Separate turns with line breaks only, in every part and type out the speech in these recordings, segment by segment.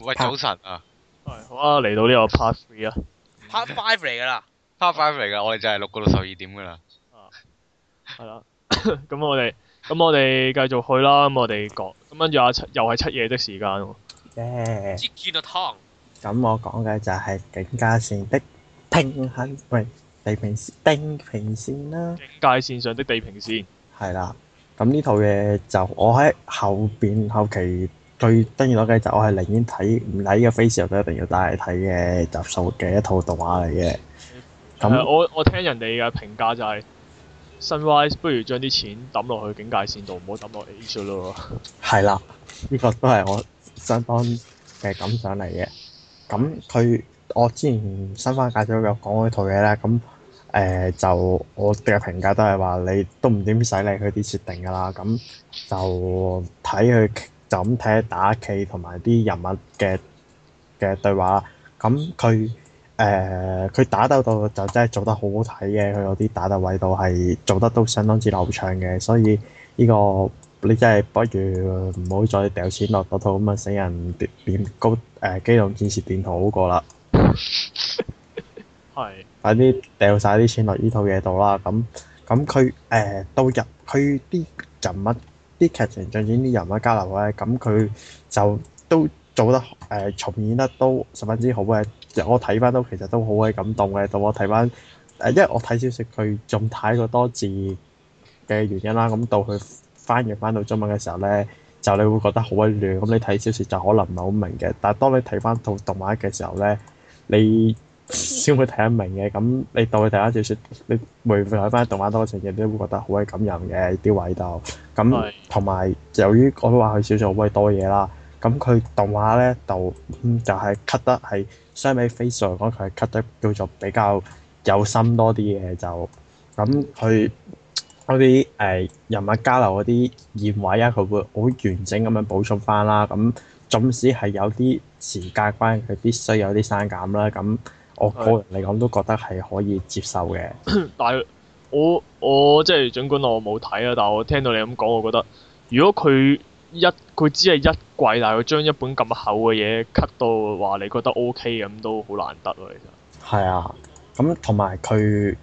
喂，早晨啊
係好啊，嚟到呢個 part three 啊，
part five 嚟噶啦，
，part five 嚟噶，我哋就係錄到十二點噶啦。
係啦， 咁我哋咁我哋繼續去啦，咁我哋講，咁跟住阿七又係七夜的時間喎，
耶！
接見到湯，
咁我講嘅就係警戒線的平衡，喂，地平線定平線啦，
警戒線上的地平線，
係啦。咁呢套嘢就我喺後邊後期最得意攞嘅就我係寧願睇唔睇嘅 face 我都一定要帶嚟睇嘅集數嘅一套動畫嚟嘅。咁
係啊我我聽人哋嘅評價就係、Sunrise 不如將啲錢抌落去警戒線度，唔好抌落 H 咯。
係啦，呢、個都係我相當嘅感想嚟嘅。咁佢我之前新番介紹有講嗰套嘢啦，咁誒、呃就我嘅評價都係話你都唔點使理佢啲設定㗎啦，咁就睇佢就咁睇打戲同埋啲人物嘅嘅對話啦。咁佢誒佢打鬥到就真係做得好好睇嘅，佢嗰啲打鬥位度係做得都相當之流暢嘅，所以呢、個。你真係不如唔好再掉錢落嗰套咁嘅死人電電高誒、機動戰士電腦好過啦，
係
快啲掉晒啲錢落呢套嘢度啦。咁咁佢誒到入佢啲人物啲劇情進展啲人物交流咧，咁佢就都做得誒、重演得都十分之好嘅。我睇翻都其實都好鬼感動嘅。到我睇翻誒，因為我睇小説佢仲睇過多字嘅原因啦，咁到佢翻譯翻到中文嘅時候咧，就你會覺得好鬼亂。咁你睇小説就可能唔係好明嘅，但係當你睇翻套動畫嘅時候咧，你先會睇得明嘅。咁你到佢睇翻小説，你回睇翻動畫多情嘢，你都會覺得好鬼感人嘅啲位度。咁
係
同埋由於我都話佢小説好鬼多嘢啦，咁佢動畫咧就、嗯就係、cut 得係相比 Face 嚟講，佢係 cut 得叫做比較有心多啲嘅就咁呃佢。嗰啲誒人物交流嗰啲現位啊，佢會好完整咁樣補充翻啦。咁縱使係有啲時間關係，佢必須有啲刪減啦。咁我個人嚟講都覺得係可以接受嘅。
但係我我即係儘管我冇睇啊，但係我聽到你咁講，我覺得如果佢一佢只係一季，但係佢將一本咁厚嘅嘢 cut 到話你覺得 O K 咁，都好難得咯，其
係啊，咁同埋佢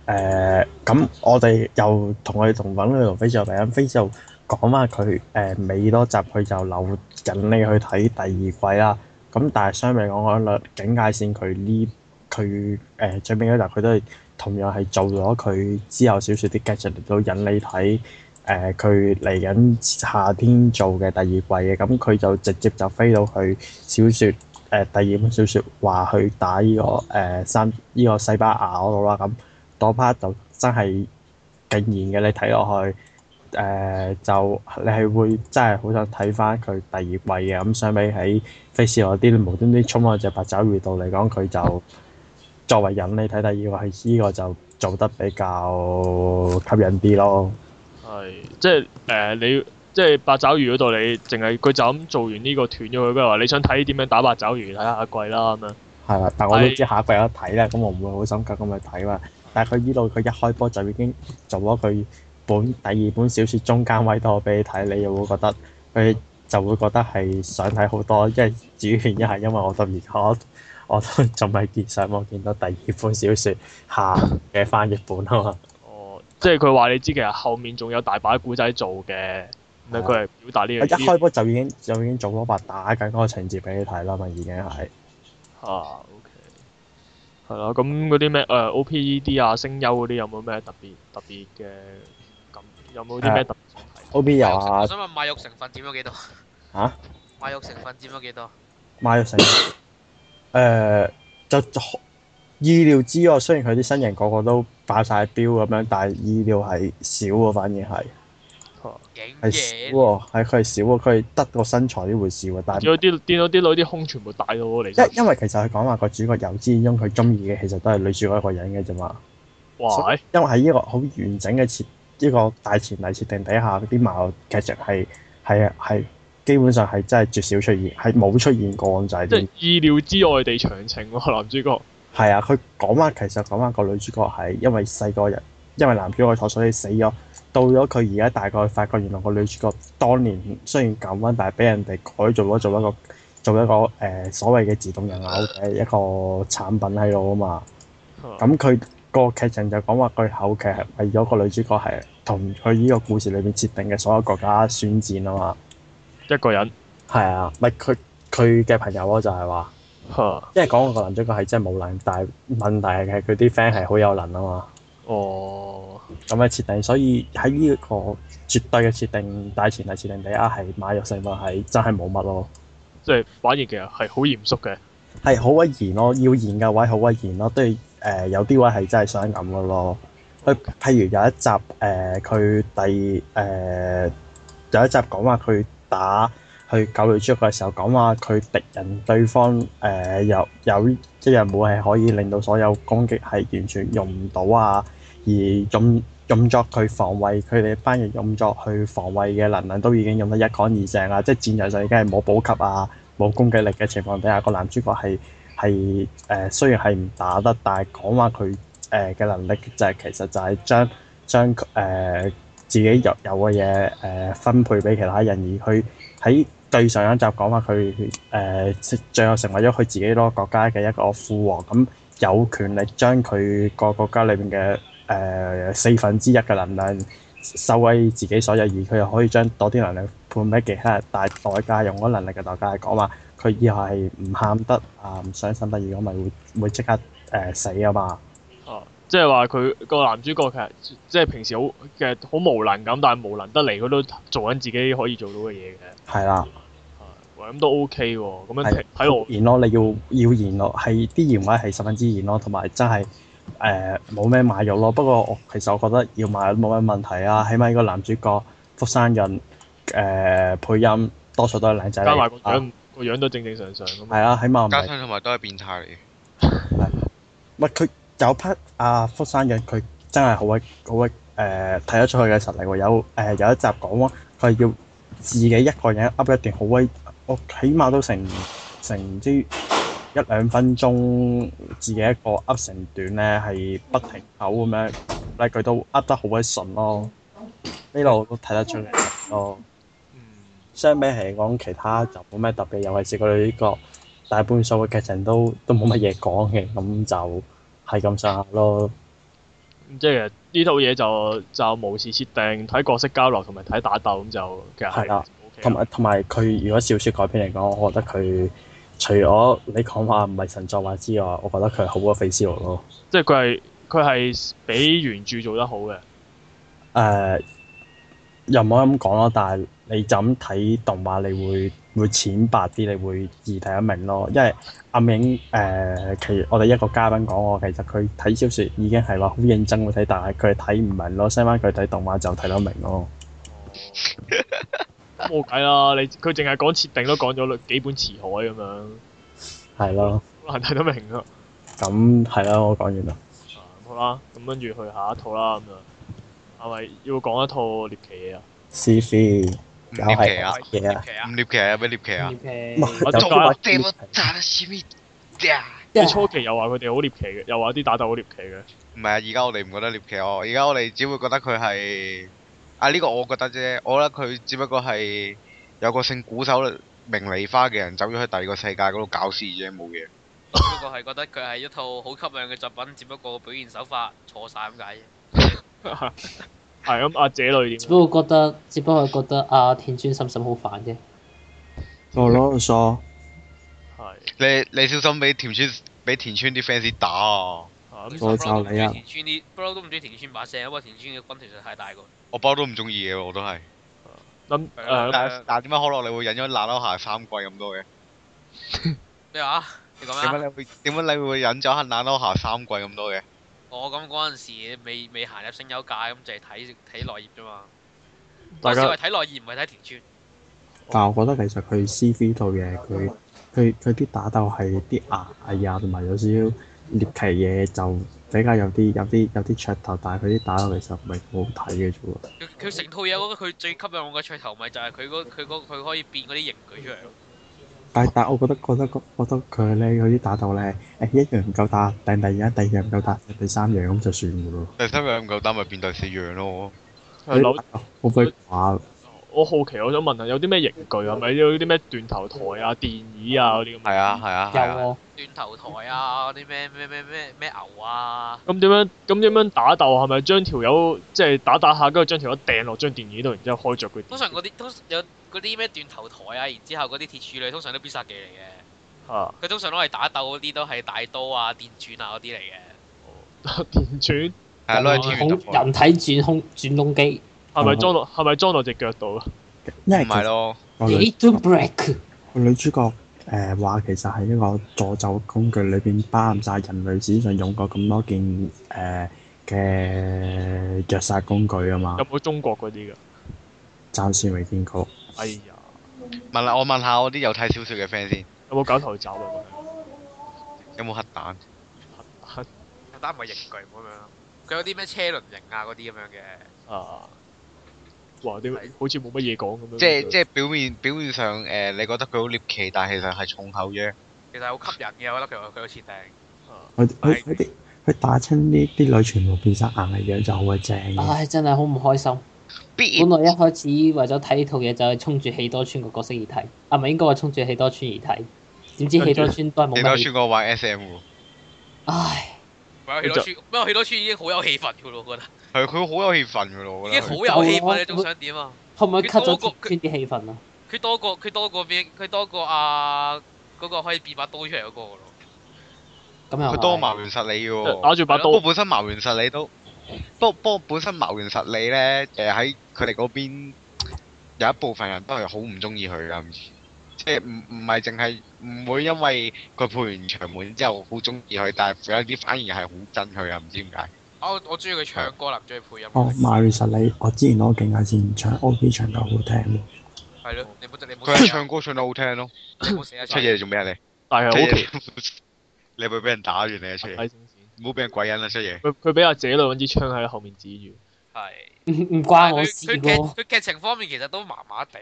誒咁，我哋又同佢同揾佢同飛就第一飛就講翻佢誒尾多集，佢就留引你去睇第二季啦。咁但係相比嚟講，我覺得警戒線佢呢佢誒最尾嗰集佢都係同樣係做咗佢之後小説啲劇情嚟到引你睇誒佢嚟緊夏天做嘅第二季嘅，咁佢就直接就飛到去小説誒、呃第二本小説話去打呢、個誒、三呢、個西班牙嗰度啦，咁嗰 part 就真係勁然嘅，你睇落去誒、就你係會真係好想睇翻佢第二季嘅，咁相比喺 face 嗰啲你無端端衝落只八爪魚度嚟講，佢就作為引你睇第二季，係呢個就做得比較吸引啲咯。
實係呃即係誒、呃你即係八爪魚嗰度，你淨係佢就咁做完呢個斷咗佢，跟住話你想睇點樣打八爪魚，睇下季啦咁樣。
係啦，但我都
係
知下一季有得睇啦，咁我唔會好心急咁去睇嘛。但係佢依度佢一開波就已經做咗佢本第二本小説中間位度俾你睇，你又會覺得佢就會覺得係想睇好多，因為主要原因係因為我到而家我我都 仲未見上網見到第二本小説下嘅翻譯本啊嘛。
哦，即係佢話你知，其實後面仲有大把古仔做嘅，咁啊佢係表達呢
佢
樣
一開波就已經就已經做咗話打緊嗰個情節俾你睇啦嘛，已經係。
啊，OK，係啦，咁嗰啲咩誒呃 OPED 啊、聲優嗰啲有冇咩特別特別嘅感？有冇啲咩特別想睇？
O B 又
我
啊
想問賣肉成分佔咗幾多？
嚇
賣肉成分佔咗幾多？
買咗成 誒、呃就就意料之外，雖然佢啲新人個個都爆晒標咁樣，但係意料係少喎，反而係
啊
竟
係少
然
喎，係佢係少喎，佢係得個身材呢回事喎，但係
啊見到啲見到啲女啲胸全部大到我嚟身，
因因為其實佢講話個主角有之中佢中意嘅其實都係女主角一個人嘅啫嘛，
哇！
因為喺呢個好完整嘅設呢個大前提設定底下，啲漫畫劇情係係係基本上係真係絕少出現，係冇出現過咁就係
即
點
係意料之外地長情喎，男主角。
係啊，佢講話其實講話個女主角係因為細個人，因為男主角錯所以死咗。到咗佢而家大概發覺，原來個女主角當年雖然咁温，但係俾人哋改造咗做一個做一個誒、呃所謂嘅自動人偶嘅一個產品喺度啊嘛。咁佢個劇情就講話佢後期係為咗個女主角係同佢呢個故事裏邊設定嘅所有國家宣戰啊嘛。
一個人
係啊，咪佢佢嘅朋友咯，就係話，
嚇
因為講個男主角係真係冇能，但係問題係佢啲 friend 係好有能啊嘛。
哦
咁嘅設定，所以喺呢一個絕對嘅設定大前提設定底下，係馬玉成分係真係冇乜咯，
即係反而其實係好嚴肅嘅。
係好威嚴咯，要嚴嘅位好威嚴咯，都要誒、呃有啲位係真係想咁嘅咯。佢譬如有一集誒，呃佢、第誒、呃有一集講話佢打去救女主角嘅時候，講話佢敵人對方誒、呃有有一樣武器可以令到所有攻擊係完全用唔到啊，而用用作佢防衞佢哋班人用作去防衞嘅能量都已經用得一乾二淨啊啦，即係戰場上已經係冇補給啊、冇攻擊力嘅情況底下，個男主角係係誒雖然係唔打得，但係講話佢誒嘅能力就係、其實就係將將誒、呃自己有有嘅嘢誒分配俾其他人，而佢喺對上一集講話佢誒最後成為咗佢自己嗰個國家嘅一個富王，咁有權力將佢個國家裏邊嘅誒四分之一嘅能量收歸自己所有，而佢又可以將嗰啲能量判俾其他人，但係代價用嗰能力嘅代價係講話佢以後係唔喊得啊，唔傷心得，如果咪
嗯
會會即刻誒、呃死啊嘛。
啊！即係話佢個男主角其實即係平時好其實好無能咁，但係無能得嚟佢都做緊自己可以做到嘅嘢嘅。
係啦，
啊喂咁都 OK 喎，咁樣
係
睇睇落
言咯，你要要言咯，係啲言位係十分之言咯，同埋真係誒冇咩買肉咯。不過我其實我覺得要買都冇乜問題啊，起碼呢個男主角福山潤誒、呃配音多數都係靚仔
加埋個
嚟㗎，
樣個樣都正正常常咁樣。
係啊，起碼唔
加
係
上同埋都係變態嚟嘅。
唔係佢有 part 啊福山潤佢真係好鬼好鬼誒睇得出佢嘅實力喎。有誒、呃有一集講話佢係要自己一個人噏一段好威，我起碼都成成唔知一兩分鐘，自己一個噏成段咧係不停口咁樣，咧佢都噏得好鬼順咯。呢度都睇得出嚟咯。
嗯
相比嚟講，其他就冇咩特別，尤其是佢哋呢個大半數嘅劇情都都冇乜嘢講嘅，咁就係咁上下咯。
咁即係呢套嘢就就無視設定，睇角色交流同埋睇打鬥咁就其實係
係啦
OK
同
嘅。
埋同埋佢如果小説改編嚟講，我覺得佢除咗你講話唔係神作畫之外，我覺得佢好過《菲斯羅》咯。
即係佢係佢係比原著做得好嘅。
誒、呃又唔可以咁講咯，但係你就咁睇動畫，你會會淺白啲，你會易睇得明咯。因為暗影誒、其我哋一個嘉賓講過，其實佢睇小説已經係話好認真會睇，但係佢睇唔明咯。相反佢睇動畫就睇得明咯。
咁冇計啦，你佢淨係講設定都講咗幾本詞海咁樣，
係咯，
好難睇得明啊。
咁係啦，我講完啦。
啊咁好啦，咁跟住去下一套啦咁樣，係咪要講一套獵奇嘢啊？
C V
唔
又
獵奇
係
啊！
嘢啊，
奇啊
唔！獵奇啊！咩獵奇啊？
唔
唔
係有
我
啲
做啊
這
位
麼炸得黐咪呀
你初期又話佢哋好獵奇嘅，又話啲打鬥好獵奇嘅。
唔係啊！而家我哋唔覺得獵奇哦，而家我哋只會覺得佢係啊呢個我覺得啫，我覺得佢只不過係有個姓古手名梨花嘅人走咗去第二個世界嗰度搞事啫，冇嘢。
不過係覺得佢係一套好吸引嘅作品，只不過表現手法錯晒咁解啫。
係咁，阿姐女
只
點？
不過覺得，只不過覺得阿田尊心心好煩啫。
我囉嗦，
係
你你小心俾田村俾田村啲 fans 打啊！
啊咁
我
我
就你啊
田村啲，不嬲都唔中意田村把聲，因為田村嘅軍團實在太大個。
我包都唔中意嘅，我都係。
咁
係
誒
啊
啦
但係但啊係點解可樂你會忍咗爛褸鞋三季咁多嘅？
咩話？你講
點解
咩
你
啊？
會點解你會忍咗爛褸鞋三季咁多嘅？
我咁嗰陣時未未行入聲優界，咁就係睇睇內頁啫嘛。
大
我
家
先係睇內頁，唔係睇田村。
但係我覺得其實佢 C V 套嘢佢。佢佢啲打鬥係啲牙呀，同埋有少少獵奇嘢，就比較有啲有啲有啲噱頭，但係佢啲打鬥其實唔係好睇嘅啫喎。
佢佢成套嘢，我覺得佢最吸引我嘅噱頭咪就係佢嗰佢嗰佢可以變嗰啲刑具出嚟咯。
但係但係我覺得覺得覺得佢咧佢啲打鬥咧，誒一樣唔夠打，定第二樣第二樣唔夠打，第三樣咁就算嘅咯。
第三樣唔夠膽咪變第四樣咯。
係扭
好鬼寡，
我好奇，我想問下，啊有啲咩刑具係咪有啲咩斷頭台啊、電椅啊嗰啲咁？
係啊，係啊，係啊。
有
斷頭台啊，嗰啲咩咩咩咩咩牛啊，
咁點樣？咁點樣打鬥係咪將條友即係打打下，跟住將條友掟落張電椅度，然之後開着佢電？
通常嗰啲通有嗰啲咩斷頭台啊，然之後嗰啲鐵柱女通常都必殺技嚟嘅。
嚇
佢通常攞嚟打鬥嗰啲都係大刀啊、電鑽啊嗰啲嚟嘅。
電轉
係啊，攞嚟跳
人
完
體人體轉空轉窿機
係咪
哦
裝落係咪裝落只腳度啊？
因為
唔
其
係
實
咯，
個女
，little break，
個女主角誒話、其實係一個助咒工具裏邊包含晒人類史上用過咁多件誒嘅虐殺工具啊嘛
有，冇中國嗰啲㗎？
暫時未見過。
哎呀，
問下我問下我啲有睇小説嘅 friend 先，
有冇搞頭罩啊？
有冇核彈？
單位刑具咁樣。佢有啲咩車輪型啊嗰啲咁樣嘅，
啊！哇！啲好似冇啊乜嘢講咁樣。
即係即係表面表面上誒、你覺得佢好獵奇，但係其實係重口啫。
其實好吸引嘅，我覺得佢佢個設定。
啊
佢佢佢啲佢打親呢啲女全部變晒硬嘅樣就好鬼正嘅。
唉，真係好唔開心。
必
本來一開始為咗睇呢套嘢就係衝住喜多川個角色而睇，啊唔係應該話衝住喜多川而睇，點知喜多川都係冇
你都
乜
穿
嘢，
過玩 S M 喎，
唉，
唔係
佢
佢多村，唔係佢多村已經好有氣氛嘅咯，我覺得
係佢好有氣氛㗎咯，我
已
覺
經
得
好
佢。
有氣
夠啦
氛，你仲想點啊？
可唔可以
佢
cut 咗
多個
圈啲氣氛啊？
佢多過佢多過邊？佢多過啊嗰個可以變把刀出嚟嗰個咯。
咁又
佢
係
多矛完實你嘅
即係
喎。
打住把
不
刀
過本身矛完實你都，不過不過本身矛完實你咧，誒喺佢哋嗰邊有一部分人都係好唔中意佢㗎，唔即係唔唔係淨係唔會因為佢配完場滿之後好中意佢，但係有啲反而係好憎佢啊，唔知點解。
啊，我我中意佢唱歌，唔中意配音。
哦，馬瑞實你，我之前攞勁嗌線唱 O P 唱得好聽喎。
係咯，你冇你冇
佢係
寫
唱歌唱得好聽咯，
你冇寫
出嘢做咩啊你？
但係好奇
你會俾人打完你啊出
睇
嘢，
先
唔
先
好俾人鬼引啦啊出嘢。
佢佢俾阿姐女揾支槍喺後面指住。
係。
唔
但
唔關
係
我
佢
事
佢劇
喎，
佢劇情方面其實都麻麻地，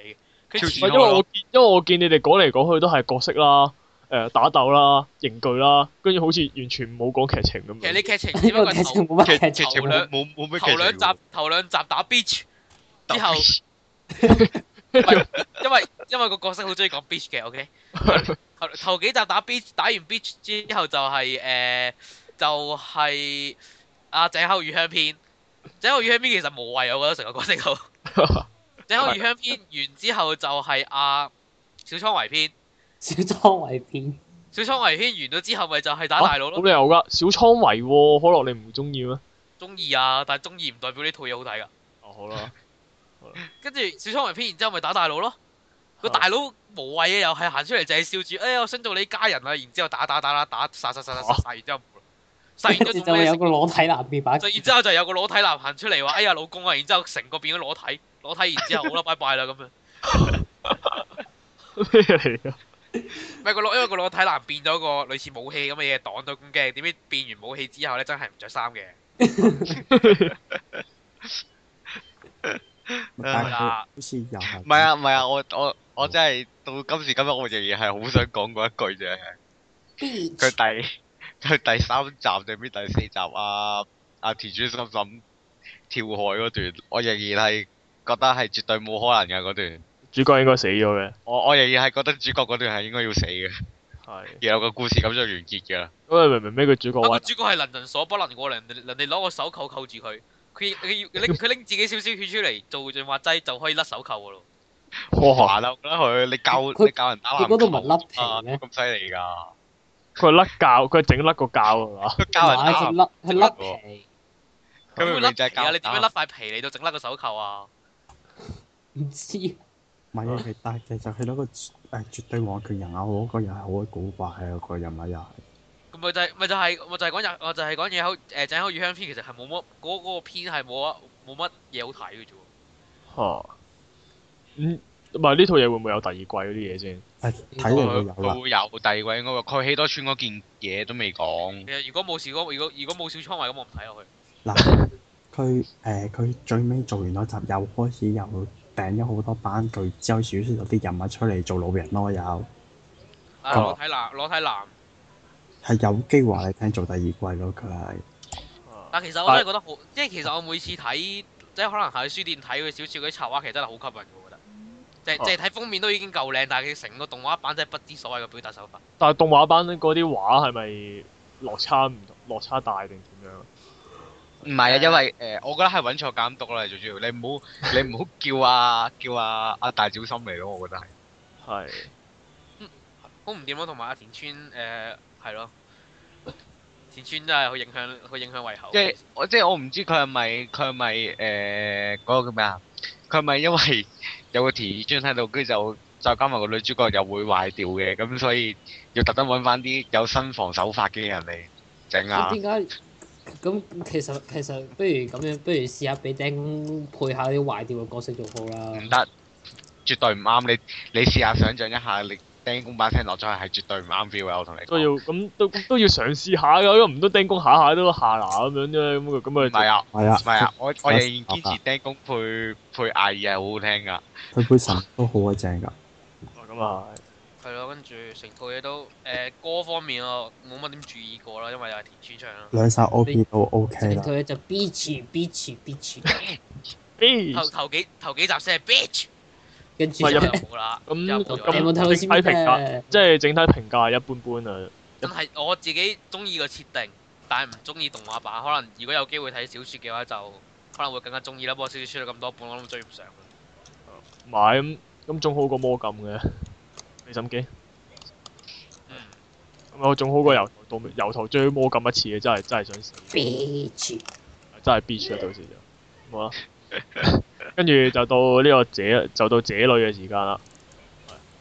佢
挑
唔係
戰
因為我見，因為我見你哋講嚟講去都係角色啦、誒、打鬥啦、刑具啦，跟住好似完全冇講劇情咁
其實
樣。
你劇情只
呢
不
個
過
劇
係 頭
情冇乜
劇
劇
劇
情，
情冇冇冇咩劇
頭
情
兩
喎
集頭兩集打 bitch，
特別
之後唔係 因為因為個角色好中意講 bitch 嘅，OK 頭。頭頭幾集打 bitch，打完 bitch 之後就係、誒、就係阿井口魚香篇。井口魚香篇其實無謂，我覺得成個角色度。井口魚香篇完之後就係阿、小倉唯篇。
小莊為片，
小倉唯篇完咗之後，咪就係打大佬
啊
咯
冇。理由㗎，小倉唯喎，可樂你唔中意咩？
中意啊，但係中意唔代表呢套嘢好睇噶。
哦，好啦，
跟住小倉唯篇，然之後咪打大佬咯。個
啊
大佬無謂嘅又係行出嚟就係笑住，哎呀，我想做你家人啊！然之後打打打打打殺殺殺殺殺殺，然之後殺完
跟
咗
住
做
就會
咩
有
事？
個裸體男變把
就 然之後就有個裸體男行出嚟話，哎呀老公啊！然之後成個變咗裸體，裸體然之後好啦，拜拜啦咁樣。
咩嚟㗎？
唔係個裸，因為個裸體男變咗個類似武器咁嘅嘢擋到攻擊，點知變完武器之後咧真係唔着衫嘅。
但係佢
啊
好似又係
唔係啊，唔係啊，我我我真係到今時今日，我仍然係好想講嗰一句啫。佢第佢第三集定唔知第四集啊？阿田主心心跳海嗰段，我仍然係覺得係絕對冇可能嘅嗰段。
主角應該死咗嘅，
我我仍然係覺得主角嗰段係應該要死嘅，
係。
然後個故事咁就完結㗎啦。
咁你明唔明咩叫主角啊
不過
位？
主角係能人所不能喎，人哋人哋攞個手扣扣住佢，佢佢要拎佢拎自己少少血出嚟做潤滑劑就可以甩手扣噶咯。
哇！
煩啊！我覺得佢你教
佢
你教人打
佢
籃
嗰度唔
球
係甩皮
啊
咩？
咁犀利㗎！
佢係甩教，佢係整甩個教啊係嘛？
佢教人
買
打籃
佢甩佢甩皮，
佢
點
明明
會甩
就係
皮
教
啊？你
人
點
打
樣甩塊皮嚟到整甩個手扣啊？
唔知
唔係啊，其但係其實佢嗰個誒絕對王權人偶嗰個又係好鬼古怪啊，個人物又係。
咁咪就係咪就係咪就係講日，我就係講嘢口誒井口語香篇，其實係冇乜嗰嗰個篇係冇乜冇乜嘢好睇嘅啫喎。
嚇！哦嗯，唔係呢套嘢會唔會有第二季嗰啲嘢先？
誒睇嚟佢有啦啊
佢，會有第二位應該話佢起多村嗰件嘢都未講
其，實如果冇事，如果如果如果冇小倉位咁，我唔睇落去。
嗱，佢誒佢最尾做完嗰集，又開始又掟咗好多版據，之後少少有啲人物出嚟做路人咯，又
啊，
哦
裸體男，裸體男，
係有機會話你聽做第二季咯，佢係。
但其實我
但
真係覺得好，即係其實我每次睇，即係可能喺書店睇佢少少嗰啲插畫，其實真係好吸引嘅，我覺得。就係就係睇封面都已經夠靚，但係佢成個動畫版真係不知所謂嘅表達手法。
但係動畫版嗰啲畫係咪落差唔同落差大定點樣？
唔係啊，因為誒、我覺得係揾錯監督啦，最主要你 唔好你唔好叫啊叫啊阿大小心嚟咯，我覺得係。
係
好唔掂咯，同埋阿田村誒係咯，田村真係好影響好影響胃口。
即係我即係我唔知佢係咪佢係咪誒嗰個叫咩啊？佢係咪因為有個田村喺度，跟住就就加埋個女主角又會壞掉嘅，咁所以要特登揾翻啲有新防手法嘅人嚟整啊
咁！點解？咁其實其實不如咁樣，不如試下俾丁配下啲壞掉嘅角色仲好啦。
唔得，絕對唔啱你。你試下想像一下，你釘公把聲落咗去係絕對唔啱 feel 嘅，我同你
都
講。
要咁都都要嘗試下㗎，因為唔通釘工下下都下拿咁樣啫，咁佢咁
唔係
啊
啊，
係啊，
唔係啊，我我仍然堅持釘公配配艾爾係好好聽㗎。
佢杯神都好鬼正㗎。
咁啊
係咯，跟住成套嘢都誒、歌方面我冇乜點注意過啦，因為又係田村唱啦。
兩首 O.P. 都 O.K.
成
啦
套，嘢就 bitch bitch bitch，
係
頭頭幾頭幾集先係 bitch，
跟住
咪
之
入
後
就
就冇啦，
咁
又
就
咁
冇
掟
咗
我
啦。
頭先
整體評
咩
價？即係整體評價一般般啊。
真係我自己中意個設定，但係唔中意動畫版。可能如果有機會睇小説嘅話，就可能會更加中意啦。不過小説出咗咁多本，我都追唔上。
唔係咁咁仲好過魔禁嘅，你心機咁
嗯，
我仲好過由頭到尾由頭追魔禁一次嘅，真係真係想死，
bitch？
真係 bitch 啊！到時就 好啦，啊跟住就到呢個這就到這類嘅時間啦。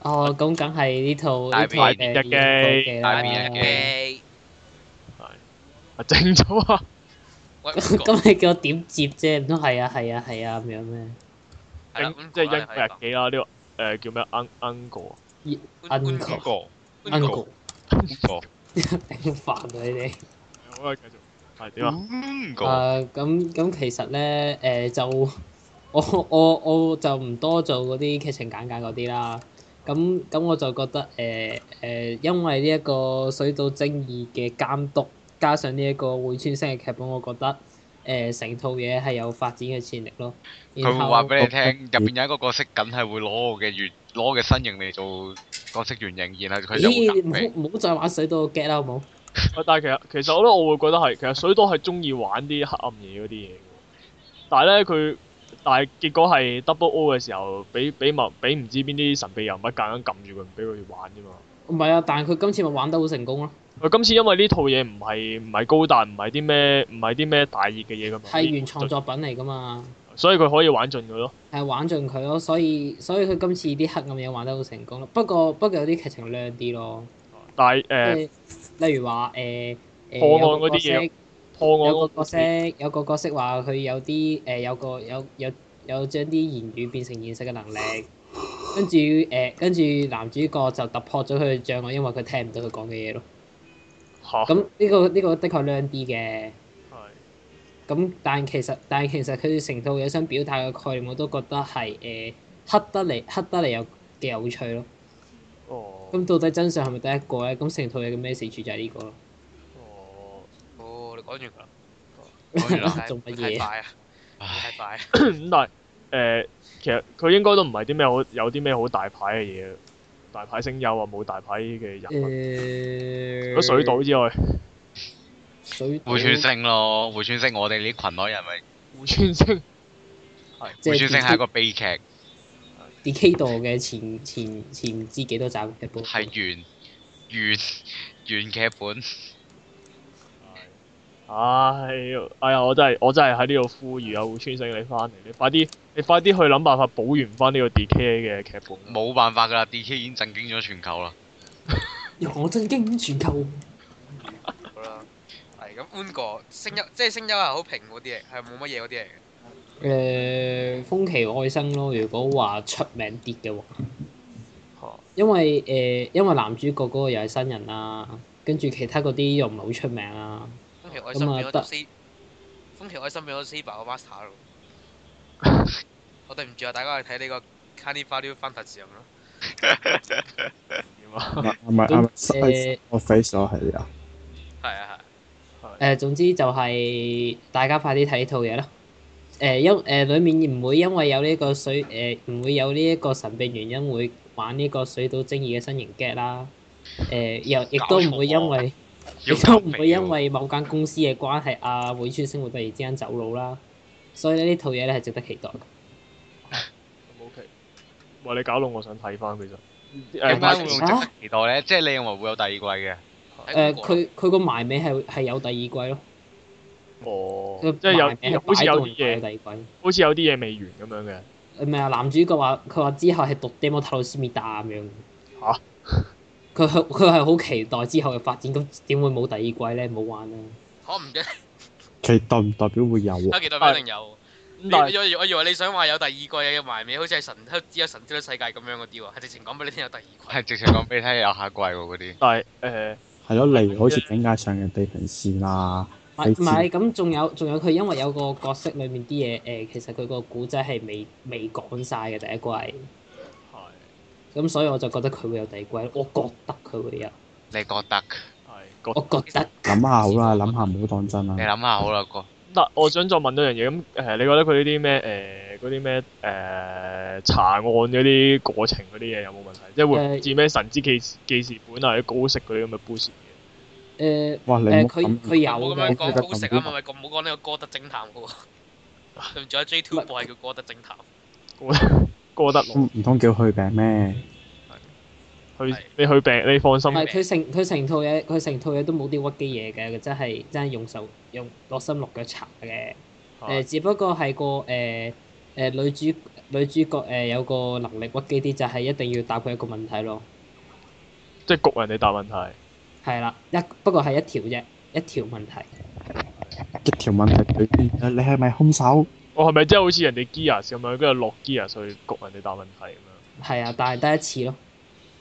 哦，咁梗係呢套呢套
大
面
嘅
一
二
機
套
大面一
嘅
機
啦。
誒，
啊整咗啊！
喂，唔講
咁你叫我點接啫？唔通係啊係啊係啊咁樣咩？
係
整
啦咁
即係
講啦
英國日記啦，呢個誒叫咩？Un 啊 Uncle
官官
邊
邊
個？
官
邊個邊個？
頂 煩啊你哋。
好啊，繼續係點啊？
邊個？
啊，咁咁其實咧，誒、就 我我我就唔多做嗰啲劇情簡介嗰啲啦。咁咁我就覺得誒誒、因為呢一個水島精二嘅監督，加上呢一個會穿星嘅劇本，我覺得誒成、套嘢係有發展嘅潛力咯。
佢
然
會
後
話俾你聽，入邊有一個角色梗係會攞我嘅原攞我嘅身形嚟做角色原型，然後佢就會
咦，唔
答你。
好唔好再玩水島嘅 get 啦，好冇？
喂但係其實其實我覺得我會覺得係，其實水島係中意玩啲黑暗嘢嗰啲嘢嘅。但係咧佢，但係結果係 Double O 嘅時候，俾俾物俾唔知邊啲神秘人物夾硬撳住佢，唔俾佢玩啫嘛。
唔係啊，但係佢今次咪玩得好成功咯，
佢今次因為呢套嘢唔係唔係高達，唔係啲咩唔係啲咩大熱嘅
嗯
嘢㗎嘛，
係原創作品嚟㗎嘛。
所以佢可以玩盡佢咯。
係玩盡佢咯，所以所以佢今次啲黑暗嘢玩得好成功咯。不過不過有啲劇情靚啲咯，
但係誒、
即係例如話誒誒
破案
有個
嗰啲
角色
嘢破案嗰
有個角色有個角色話佢有啲誒、有個有有有將啲言語變成現實嘅能力，跟住誒跟住男主角就突破咗佢嘅障礙，因為佢聽唔到佢講嘅嘢咯。
嚇
咁呢、個呢、個的確靚啲嘅。
係
咁但其實但其實佢哋成套嘢想表達嘅概念，我都覺得係誒、黑得嚟黑得嚟又幾有趣咯。
哦
咁到底真相係咪得一個咧？咁成套嘢嘅 message 就係呢個咯。
哦，
哦，你講完㗎啦。
講完啦
做乜
太
嘢
快啊！
唉
太快啊！
咁但係誒、呃其實佢應該都唔係啲咩好有啲咩好大牌嘅嘢，大牌聲優啊，冇大牌嘅人物。
呃誒、
除咗水島之外，
呃水
會穿星咯，會穿星，我哋呢群內人咪
胡川星
即
會
係
穿星係一個悲劇，
Decade 嘅前前前唔知幾多集嘅劇本。
係原原原劇本。
唉，哎呀，我真係我真係喺呢度呼籲啊，胡川星你翻嚟，你快啲，你快啲去諗辦法補完翻呢個 D K 嘅劇本。啊
冇辦法㗎啦，D.K 已經震驚咗全球啦。
我震驚全球。
好啦，係咁搬過聲優，即係聲優係好平嗰啲嚟，係冇乜嘢嗰啲嚟嘅。
誒、風奇愛生咯，如果話出名啲嘅話。
嚇
因為誒、因為男主角嗰個又係新人啦，跟住其他嗰啲又唔係好出名啦。
風奇愛心變咗
得
做 C，風奇愛心變咗 C 把個 master 咯。我對唔住啊，大家去睇呢個 Candy Value Fantasy 咁咯。
唔係
點啊？
咁呃
唔係
誒，
我 face 咗係啊，
係啊
誒、總之就係大家快啲睇呢套嘢啦。誒因誒裡面唔會因為有呢個水誒唔、會有呢一個神秘原因會玩呢個水島精義嘅新型 get 啦。誒、又亦都唔會因為亦都唔會因為某間公司嘅關係，啊、會川星會突然之間走佬啦。所以呢套嘢咧係值得期待。
O K，喂，你搞到我想睇翻其實。呃
點解
誒派
會
會
用值
用值得
得期待咧？即係你認為會有第二季嘅？
誒佢佢個埋尾係係有第二季咯，
哦，
佢
即係有
埋尾
啲好似有啲
擺到
嘢，
第二季。
好似有啲嘢未完咁樣嘅。
誒唔係啊，男主角話佢話之後係讀 demo 塔魯斯米達咁樣。
嚇
佢係佢係好期待之後嘅發展，咁點會冇第二季咧？唔好玩啦！
我唔記得，
其代唔代表會有啊？
我期待一定有。
咁
你
但
我
係
以為我以為你想話有第二季嘅埋尾，好似係神只有神雕世界咁樣嗰啲喎，係直情講俾你聽有第二季。
係直情講俾你聽有下季喎嗰啲。
但係呃誒
係咯，例如好似警戒上嘅地平線啊啦，
唔
你
係
知
唔係咁，仲有仲有佢因為有個角色裡面啲嘢誒，其實佢個古仔係未未講晒嘅第一季，
係
咁所以我就覺得佢會有第二季。我覺得佢會有，
你覺得？
係
我
覺。
覺得
諗下好
嗯
啦，諗下唔好當真啊
你
啦。
諗下好啦，哥。
嗱，我想再問多樣嘢，咁誒你覺得佢呢啲咩誒嗰啲咩誒查案嗰啲過程嗰啲嘢有冇問題？即係會唔會
誒
似咩神之記事記事本啊、或者高息嗰啲咁嘅 boost 嘢？
誒
哇，你
誒，
唔好
佢
咁
佢有
冇咁
嘅
樣
你覺得
講高食
咁
啊，咪咪咁冇講呢個哥德偵探嘅喎。對唔住啊，J Two 部係叫哥德偵探。
啊過得落
唔唔通叫去病咩？
去
係
你去病，你放
唔
心。
係佢成佢成套嘢，佢成套嘢都冇啲屈機嘢嘅，佢真係真係用手用落心落腳查嘅。誒、
係
只不過係個誒誒、女主女主角誒、有個能力屈機啲，就係一定要答佢一個問題咯。
即係焗人哋答問題。
係啦，一不過係一條啫，一條問題。
一條問題對邊你係咪兇手？
我哦係咪真係好似人哋 Gears 咁樣，跟住落 Gears 去焗人哋答問題咁樣？
係啊，但係得一次咯。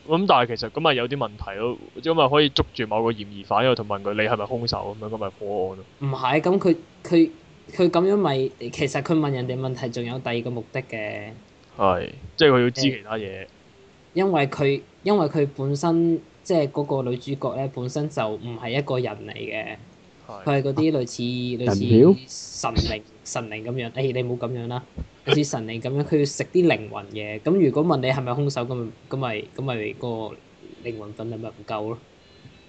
咁但係其實咁咪有啲問題咯，咁咪可以捉住某個嫌疑犯，然後同問佢你係咪兇手咁樣，咁咪破案咯。
唔係咁，佢佢佢咁樣咪其實佢問人哋問題，仲有第二個目的嘅。
係，即係佢要知其他嘢。
因為佢因為佢本身即係嗰個女主角咧，本身就唔係一個人嚟嘅，
係。
佢係嗰啲類似類
啊人妖
似神靈神靈咁樣。誒、哎你冇咁樣啦，類似神靈咁樣，佢要食啲靈魂嘅。咁如果問你係咪兇手，咁咪咁咪咁咪個靈魂分量咪唔夠咯。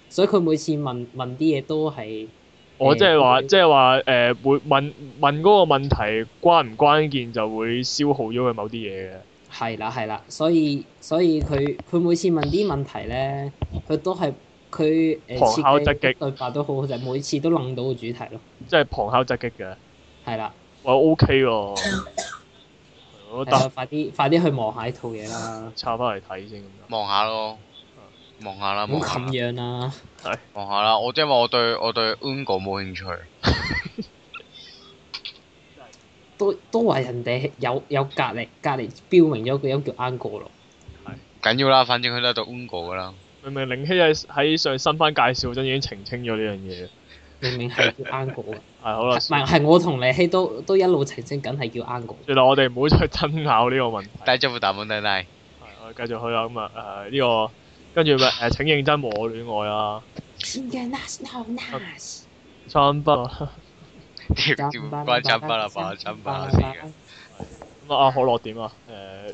所以佢每次問問啲嘢都係
我
嗯
即係話，
誒
即係話誒會問問嗰個問題關唔關鍵，就會消耗咗佢某啲嘢嘅。
係啦係啦，所以所以佢佢每次問啲問題咧，佢都係佢
旁
誒
敲側擊
對白都好好，就係每次都諗到個主題咯，
即係旁敲側擊嘅。
係啦，
我 OK 喎，我
係啦
得
快啲快啲去望下呢套嘢啦，
插翻嚟睇先咁樣。
望下咯，望下啦，
唔
望
好
下
咁
啦
樣啦，
望下啦。我因為我對我對 Ungo 冇興趣，
都都話人哋有有隔離隔離標明咗個音叫啱過咯，
緊要啦，反正佢都係讀 Ungo 噶啦。
明明凌希喺喺上新番介紹嗰陣已經澄清咗呢樣嘢。
明明 係叫啱過嘅，唔
係好啦，
係係我同你希都都一路澄清緊係叫啱過，
算啦，我哋唔好再爭拗呢個問題。
低質副大本低低，
係我哋繼續去啦，咁啊誒呢個跟住咪誒請認真和我戀愛啊啦，
先嘅 nice no nice，
三不啊
屌，照關真巴啦吧，真巴啦先嘅。
咁啊可樂點啊？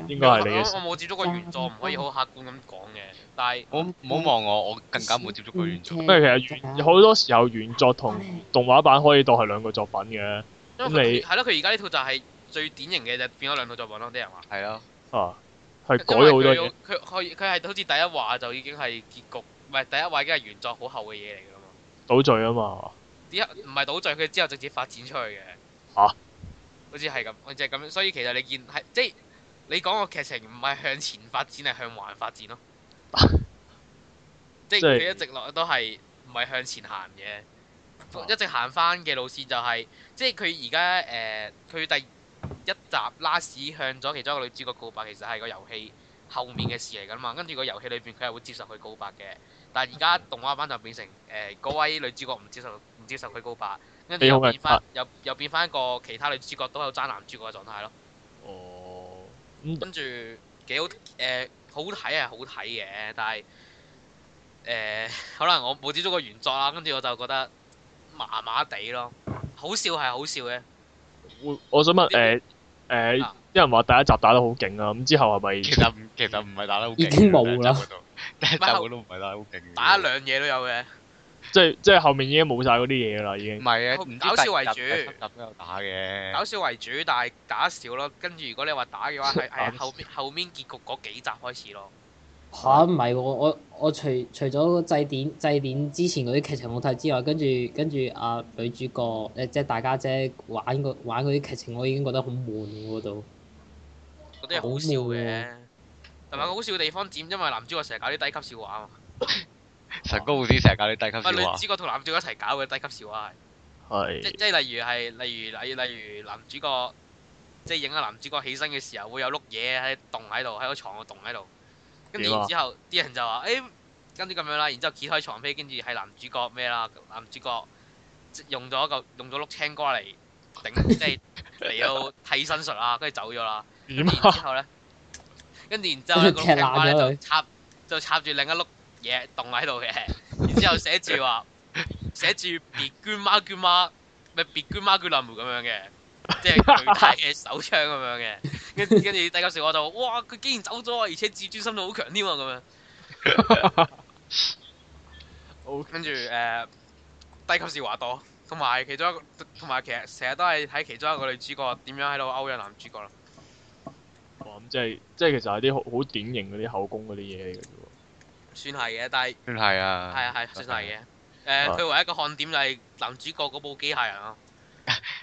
誒應該係你嘅事
我。我冇接觸過原作，唔可以好客觀咁講嘅。但係
唔好唔好望我，我更加冇接觸過原作。
因為其實
嗯
原好多時候原作同動畫版可以當係兩個作品嘅
因
咁你
為佢係咯，佢而家呢套就係最典型嘅就變咗兩套作品咯，啲人話。
係咯，
啊，係改
因為
咗好多
佢
嘢。
佢佢佢係好似第一話就已經係結局，唔係第一話已經係原作好後嘅嘢嚟㗎啦嘛。
倒罪啊嘛，
啲唔係倒敘，佢之後直接發展出去嘅。
嚇
好似係咁，好似係咁，所以其實你見係即係你講個劇情唔係向前發展，係向橫發展 咯。即係
即係
佢一直落都係唔係向前行嘅，
啊
一直行翻嘅路線就係、即係佢而家誒佢第一集 last 向咗其中一個女主角告白，其實係個遊戲後面嘅事嚟㗎嘛。跟住個遊戲裏邊佢係會接受佢告白嘅。但係而
嗯
家動畫版就變成誒嗰、位女主角唔接受唔接受佢告白，跟住
你好啊明
又變翻
白
又又變翻個其他女主角都有爭男主角嘅狀態咯。
哦，咁
跟住幾好誒、呃好睇啊係好睇嘅，但係誒、呃可能我冇接觸
嗯
過原作啦，跟住我就覺得麻麻地咯。好笑係好笑嘅，
會我想問誒誒，
啊
啲人話第一集打得好勁啊，咁之後係咪
其實唔其實唔係打得好勁嘅，
已經冇啦
第一集嗰度。第一集嗰度唔係打得好勁嘅。
打一兩嘢都有嘅，
即係即係後面已經冇晒嗰啲嘢啦，已
唔
經
係啊，
搞
唔知
搞笑為主
第二集第七集都有打嘅。
搞笑為主，但係打少咯。跟住如果你話打嘅話，係係後面後面結局嗰幾集開始咯。
吓唔係喎，我我除除咗祭典祭典之前嗰啲劇情好睇之外，跟住跟住啊女主角誒即係大家姐玩嗰玩嗰啲劇情，我已經覺得好悶喎都。
嗰啲係好笑嘅，同埋個好笑嘅地方佔，因為男主角成日搞啲低級笑話啊嘛，
神高護士成日搞啲低
唔
級
係
笑啊
女
話。
主角同男主角一齊搞嘅低級笑話係，即
係
即係例如係例如例例如男主角即係影下男主角起身嘅時候會有碌嘢喺洞喺度喺個床個洞喺度，跟住
點啊
然之後啲人就話誒跟住咁樣啦，然之後揭開床被，跟住係男主角咩啦，男主角即用咗嚿用咗碌青瓜嚟頂即係嚟到替身術啦，跟住走咗啦。
點
然之
啊？
後咧，跟住然之後咧，個
踢爛
青瓜咧
咗
就
佢
插就插住另一碌嘢洞喺度嘅，然之後寫住話寫住別捐媽捐媽，咪別捐媽捐林梅咁樣嘅，即係巨大嘅手槍咁樣嘅。跟跟住第九時我就話哇，佢竟然走咗啊，而且自尊心都好強添啊咁樣。
O
跟住誒、呃低級笑話多，同埋其中一個，同埋其實成日都係睇其中一個女主角點樣喺度勾引男主角咯。
咁即係即係其實係啲好好典型嗰啲後宮嗰啲嘢嚟嘅啫喎。
算係嘅，但係
算係啊。
係啊係算係嘅。誒，佢唯一一個看點就係男主角嗰部機械人咯。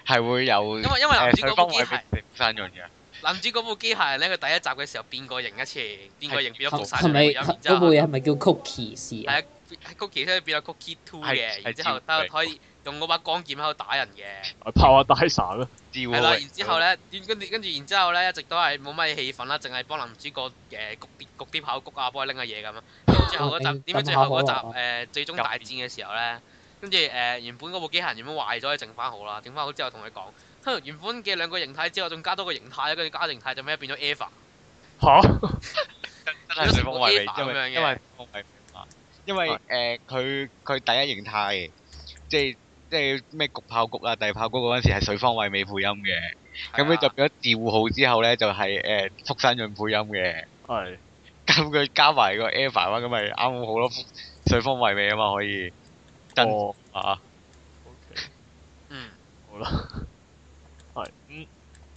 係會有。
因為因為男主
嗯誒水
角
方
嗰部機
位俾山潤嘅。
男主角部機械人咧，佢第一集嘅時候變過形一次，變過形變咗
係
副晒
係咪嗰部
嘢？
嘢係咪叫 Cookies 啊
係？啊，Cookie 咧變咗 Cookie Two
係
嘅，
係
然之後
照
得可以用嗰把光劍喺度打人嘅，
啊炮下 Dyson 啦，
知
係啦。
喎
然之後。咧，跟跟住跟住，然之後咧，一直都係冇乜氣氛啦，淨係幫男主角呃誒谷啲谷啲炮谷啊，幫佢拎下嘢咁啊。跟住最後嗰集
嗯
點解最後嗰集
撳下可樂啊
誒最終大戰嘅時候咧，跟住誒原本嗰部機械人原本壞咗，整翻好啦，整翻好之後同佢講，哼原本嘅兩個形態之後，仲加多個形態，啊跟住加形態就咩變咗 Eva。
嚇
真係水方位俾，因
咁樣嘅
為因為方位因為誒佢佢第一形態，即係即係咩焗炮谷啊、地炮谷嗰陣時係水方位未配音嘅，咁
係
佢
啊
就變咗趙浩之後咧就係誒福山潤配音嘅，
係
咁佢加埋個 Eva 啊，咁咪啱好好多水方位尾啊嘛可以。真
哦
啊！
，OK
嗯，
好啦，係嗯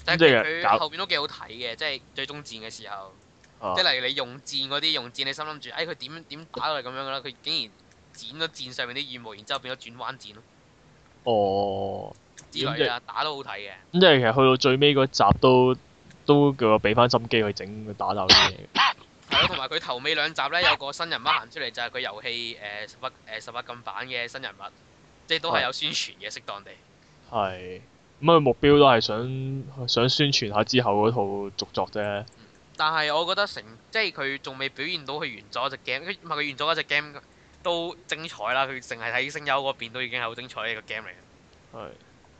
但
即
係
係
佢
搞
後邊都幾好睇嘅，即係最終戰嘅時候，
啊
即係例如你用箭嗰啲用箭，你心諗住，哎佢點點打落嚟咁樣噶啦，佢竟然剪咗箭上面啲羽毛，然之後變咗轉彎箭咯
哦，
之類啦，啊打都好睇嘅。
咁即係其實去到最尾嗰集都都叫我俾翻心機去整個打鬥啲嘢。
係咯，同埋佢頭尾兩集
啊
咧有個新人物行出嚟，就係佢遊戲誒十八誒十八禁版嘅新人物，即係都
啊
係有宣傳嘅，適當地。
係咁佢目標都係想想宣傳下之後嗰套續作啫。
但係我覺得成即係佢仲未表現到佢完咗只 game，佢唔係佢完咗嗰只 game 都精彩啦。佢淨係睇聲優嗰邊都已經係好精彩嘅一個 game 嚟嘅。
係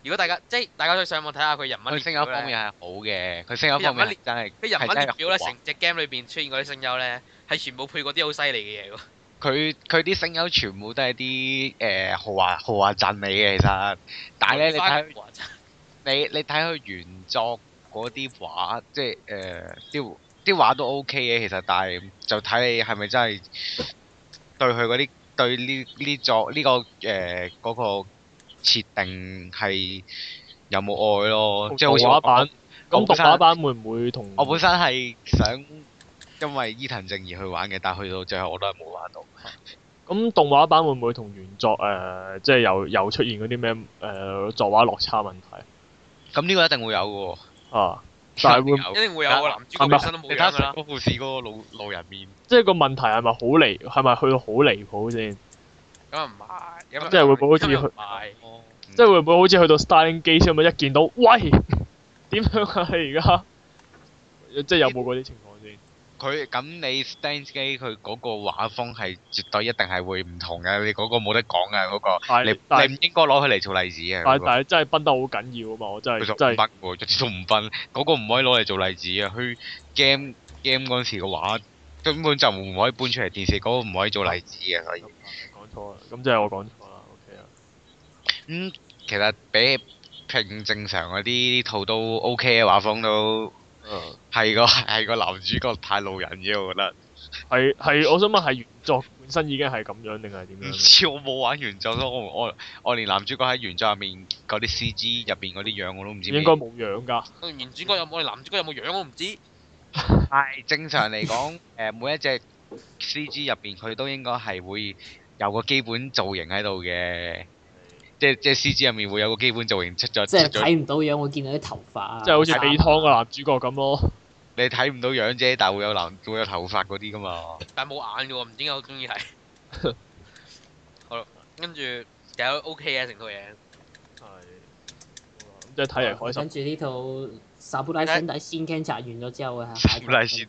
如果大家即係大家去上網睇下佢人物
佢
列
聲優
表
方
咧，
面係好嘅，佢聲優方面係真係
佢人物
係真係
列表咧
好啊
成隻 game 裏邊出現嗰啲聲優咧，係全部配過啲好犀利嘅嘢喎。
佢佢啲聲優全部都係啲誒豪華豪華陣嚟嘅，其實。但係咧，你睇
花真係
你你睇佢原作嗰啲畫，即係誒啲啲畫都 OK 嘅，其實，但係就睇你係咪真係對佢嗰啲對呢呢作呢、個誒嗰、個設定係有冇愛咯？即係好似
動畫
我
版，
我本
咁動
身
畫版會唔會同
我本身係想因為伊藤靜而去玩嘅，但係去到最後我都係冇玩到。
咁動畫版會唔會同原作誒、呃即係又又出現嗰啲咩誒作畫落差問題
咁呢個一定會有嘅喎。
啊？但係會
有
一定會有
啊
個男主角
係咪
本身都冇
你睇下
樣㗎啦
成。個故事嗰個路路人面，
即係個問題係咪好離係咪去到好離譜先？
嗯
咁啊唔係，咁啊
即係會唔會好似
咁又唔
佢
係。
即係會唔會好似去到 Starling 機咁樣一見到喂 點樣啊？你而家即係有冇嗰啲情況先？
佢咁你 Stan 機佢嗰個畫風係絕對一定係會唔同嘅，你嗰個冇得講嘅嗰個，
但
你
係但
你唔
係
應該攞佢嚟做例子嘅。
但
嗰
係
個
但係真係崩得好緊要啊嘛！我真
佢
係
就
真
五
係
分喎，一啲都唔分，嗰個唔可以攞嚟做例子嘅。佢 game game 嗰陣時嘅畫根本就唔可以搬出嚟電視，嗰個唔可以做例子嘅。所以
講錯啦，咁即係我講錯啦。OK 啊。
嗯咁其實比起拼正常嗰啲套都 OK 嘅畫風都係個係個男主角太路人嘅，我覺得。
係係，我想問係原作本身已經係咁樣定係點
唔
樣？
知我冇玩原作，所以我唔我我連男主角喺原作入面嗰啲 C G 入邊嗰啲樣我都唔知邊。
應該冇樣㗎。
原主角有冇，我哋男主角有冇樣我唔知。
係正常嚟講，誒、每一隻 C G 入邊佢都應該係會有個基本造型喺度嘅，即係即係 C G 入面會有個基本造型出咗。
即係
出咗
睇唔到樣，會見到啲頭髮啊，
即係好似
衫啊
李湯個男主角咁咯。
你睇唔到樣啫，但係會有男會有頭髮嗰啲噶嘛。
但係冇眼嘅喎，唔知點解我中意係。好啦，跟住其實 OK 嘅成套嘢，
係。咁即係睇嚟開心
跟。住呢套《撒布拉兄弟》先 c a n c e 完咗 之後嘅下一套
咁嚟先，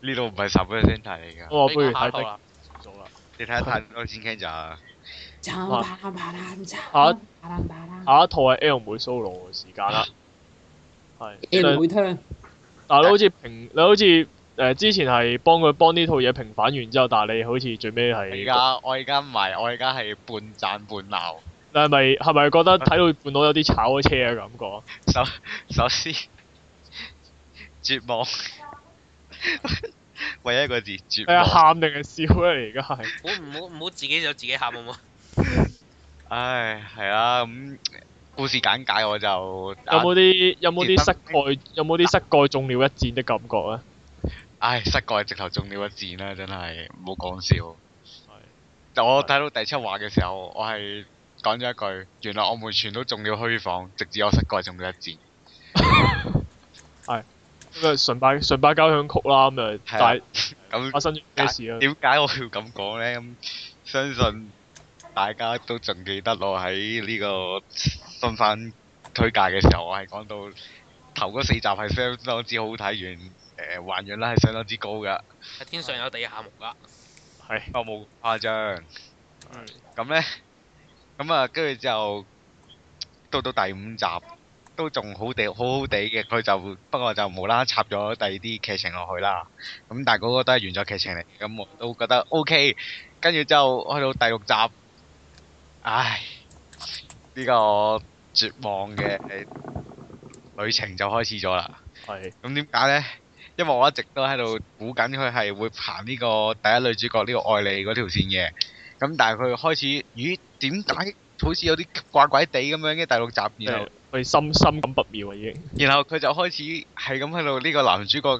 呢度唔係十 percent 嚟㗎，
我話不如
呢個下
睇
一套
睇
啦。
數啦。
你睇下太多先 can 咋。
慘
哇
吧吧啦慘
啊
吧啦吧啦
下一套係 L 妹 solo 嘅時間啦。係。
，L 會 turn
但係你好似平，你好似誒、呃之前係幫佢幫呢套嘢平反完之後，但係你好似最尾係，
而
你
家我而家唔係，我而家係半讚半鬧。
係咪係咪覺得睇到半島有啲炒咗車嘅感覺？
首首先，絕望， 唯一一個字絕
你係
望。
喊定係笑咧？而家係
唔好唔好唔好自己有自己喊好唔好？
唉，係啊，咁故事簡介我就啊
有冇啲有冇啲
結
膝
婚
蓋有冇啲膝蓋中了一箭的感覺啊咧？
唉膝蓋直頭中了一箭啦，真係唔好講笑。
係
我睇到第七話嘅時候，我係講咗一句，原來我們全都中了虛晃，直至我膝蓋中了一箭。
咁啊，純拜純拜交響曲啦，咁啊，
係啊
但係
咁
發生咗咩事啊？
點解我要咁講呢？咁相信大家都仲記得我喺呢個新番推介嘅時候，我係講到頭嗰四集係相當之好睇，完誒還原率係相當之高噶，
係天上有地下無㗎，
係
我冇誇張。咁呢，咁啊，跟住之後到到第五集都仲好地好好地嘅，佢就不過就無啦啦插咗第二啲劇情落去啦。咁但係嗰個都係原作劇情嚟，咁我都覺得 OK。跟住之後去到第六集，唉，呢、個絕望嘅旅程就開始咗啦。
係
咁點解呢？因為我一直都喺度估緊佢係會行呢個第一女主角呢個愛莉嗰條線嘅。咁但係佢開始，咦？點解好似有啲怪怪地咁樣嘅第六集，
即
然後
係佢心心感不妙啊，已經
然後佢就開始係咁喺度呢個男主角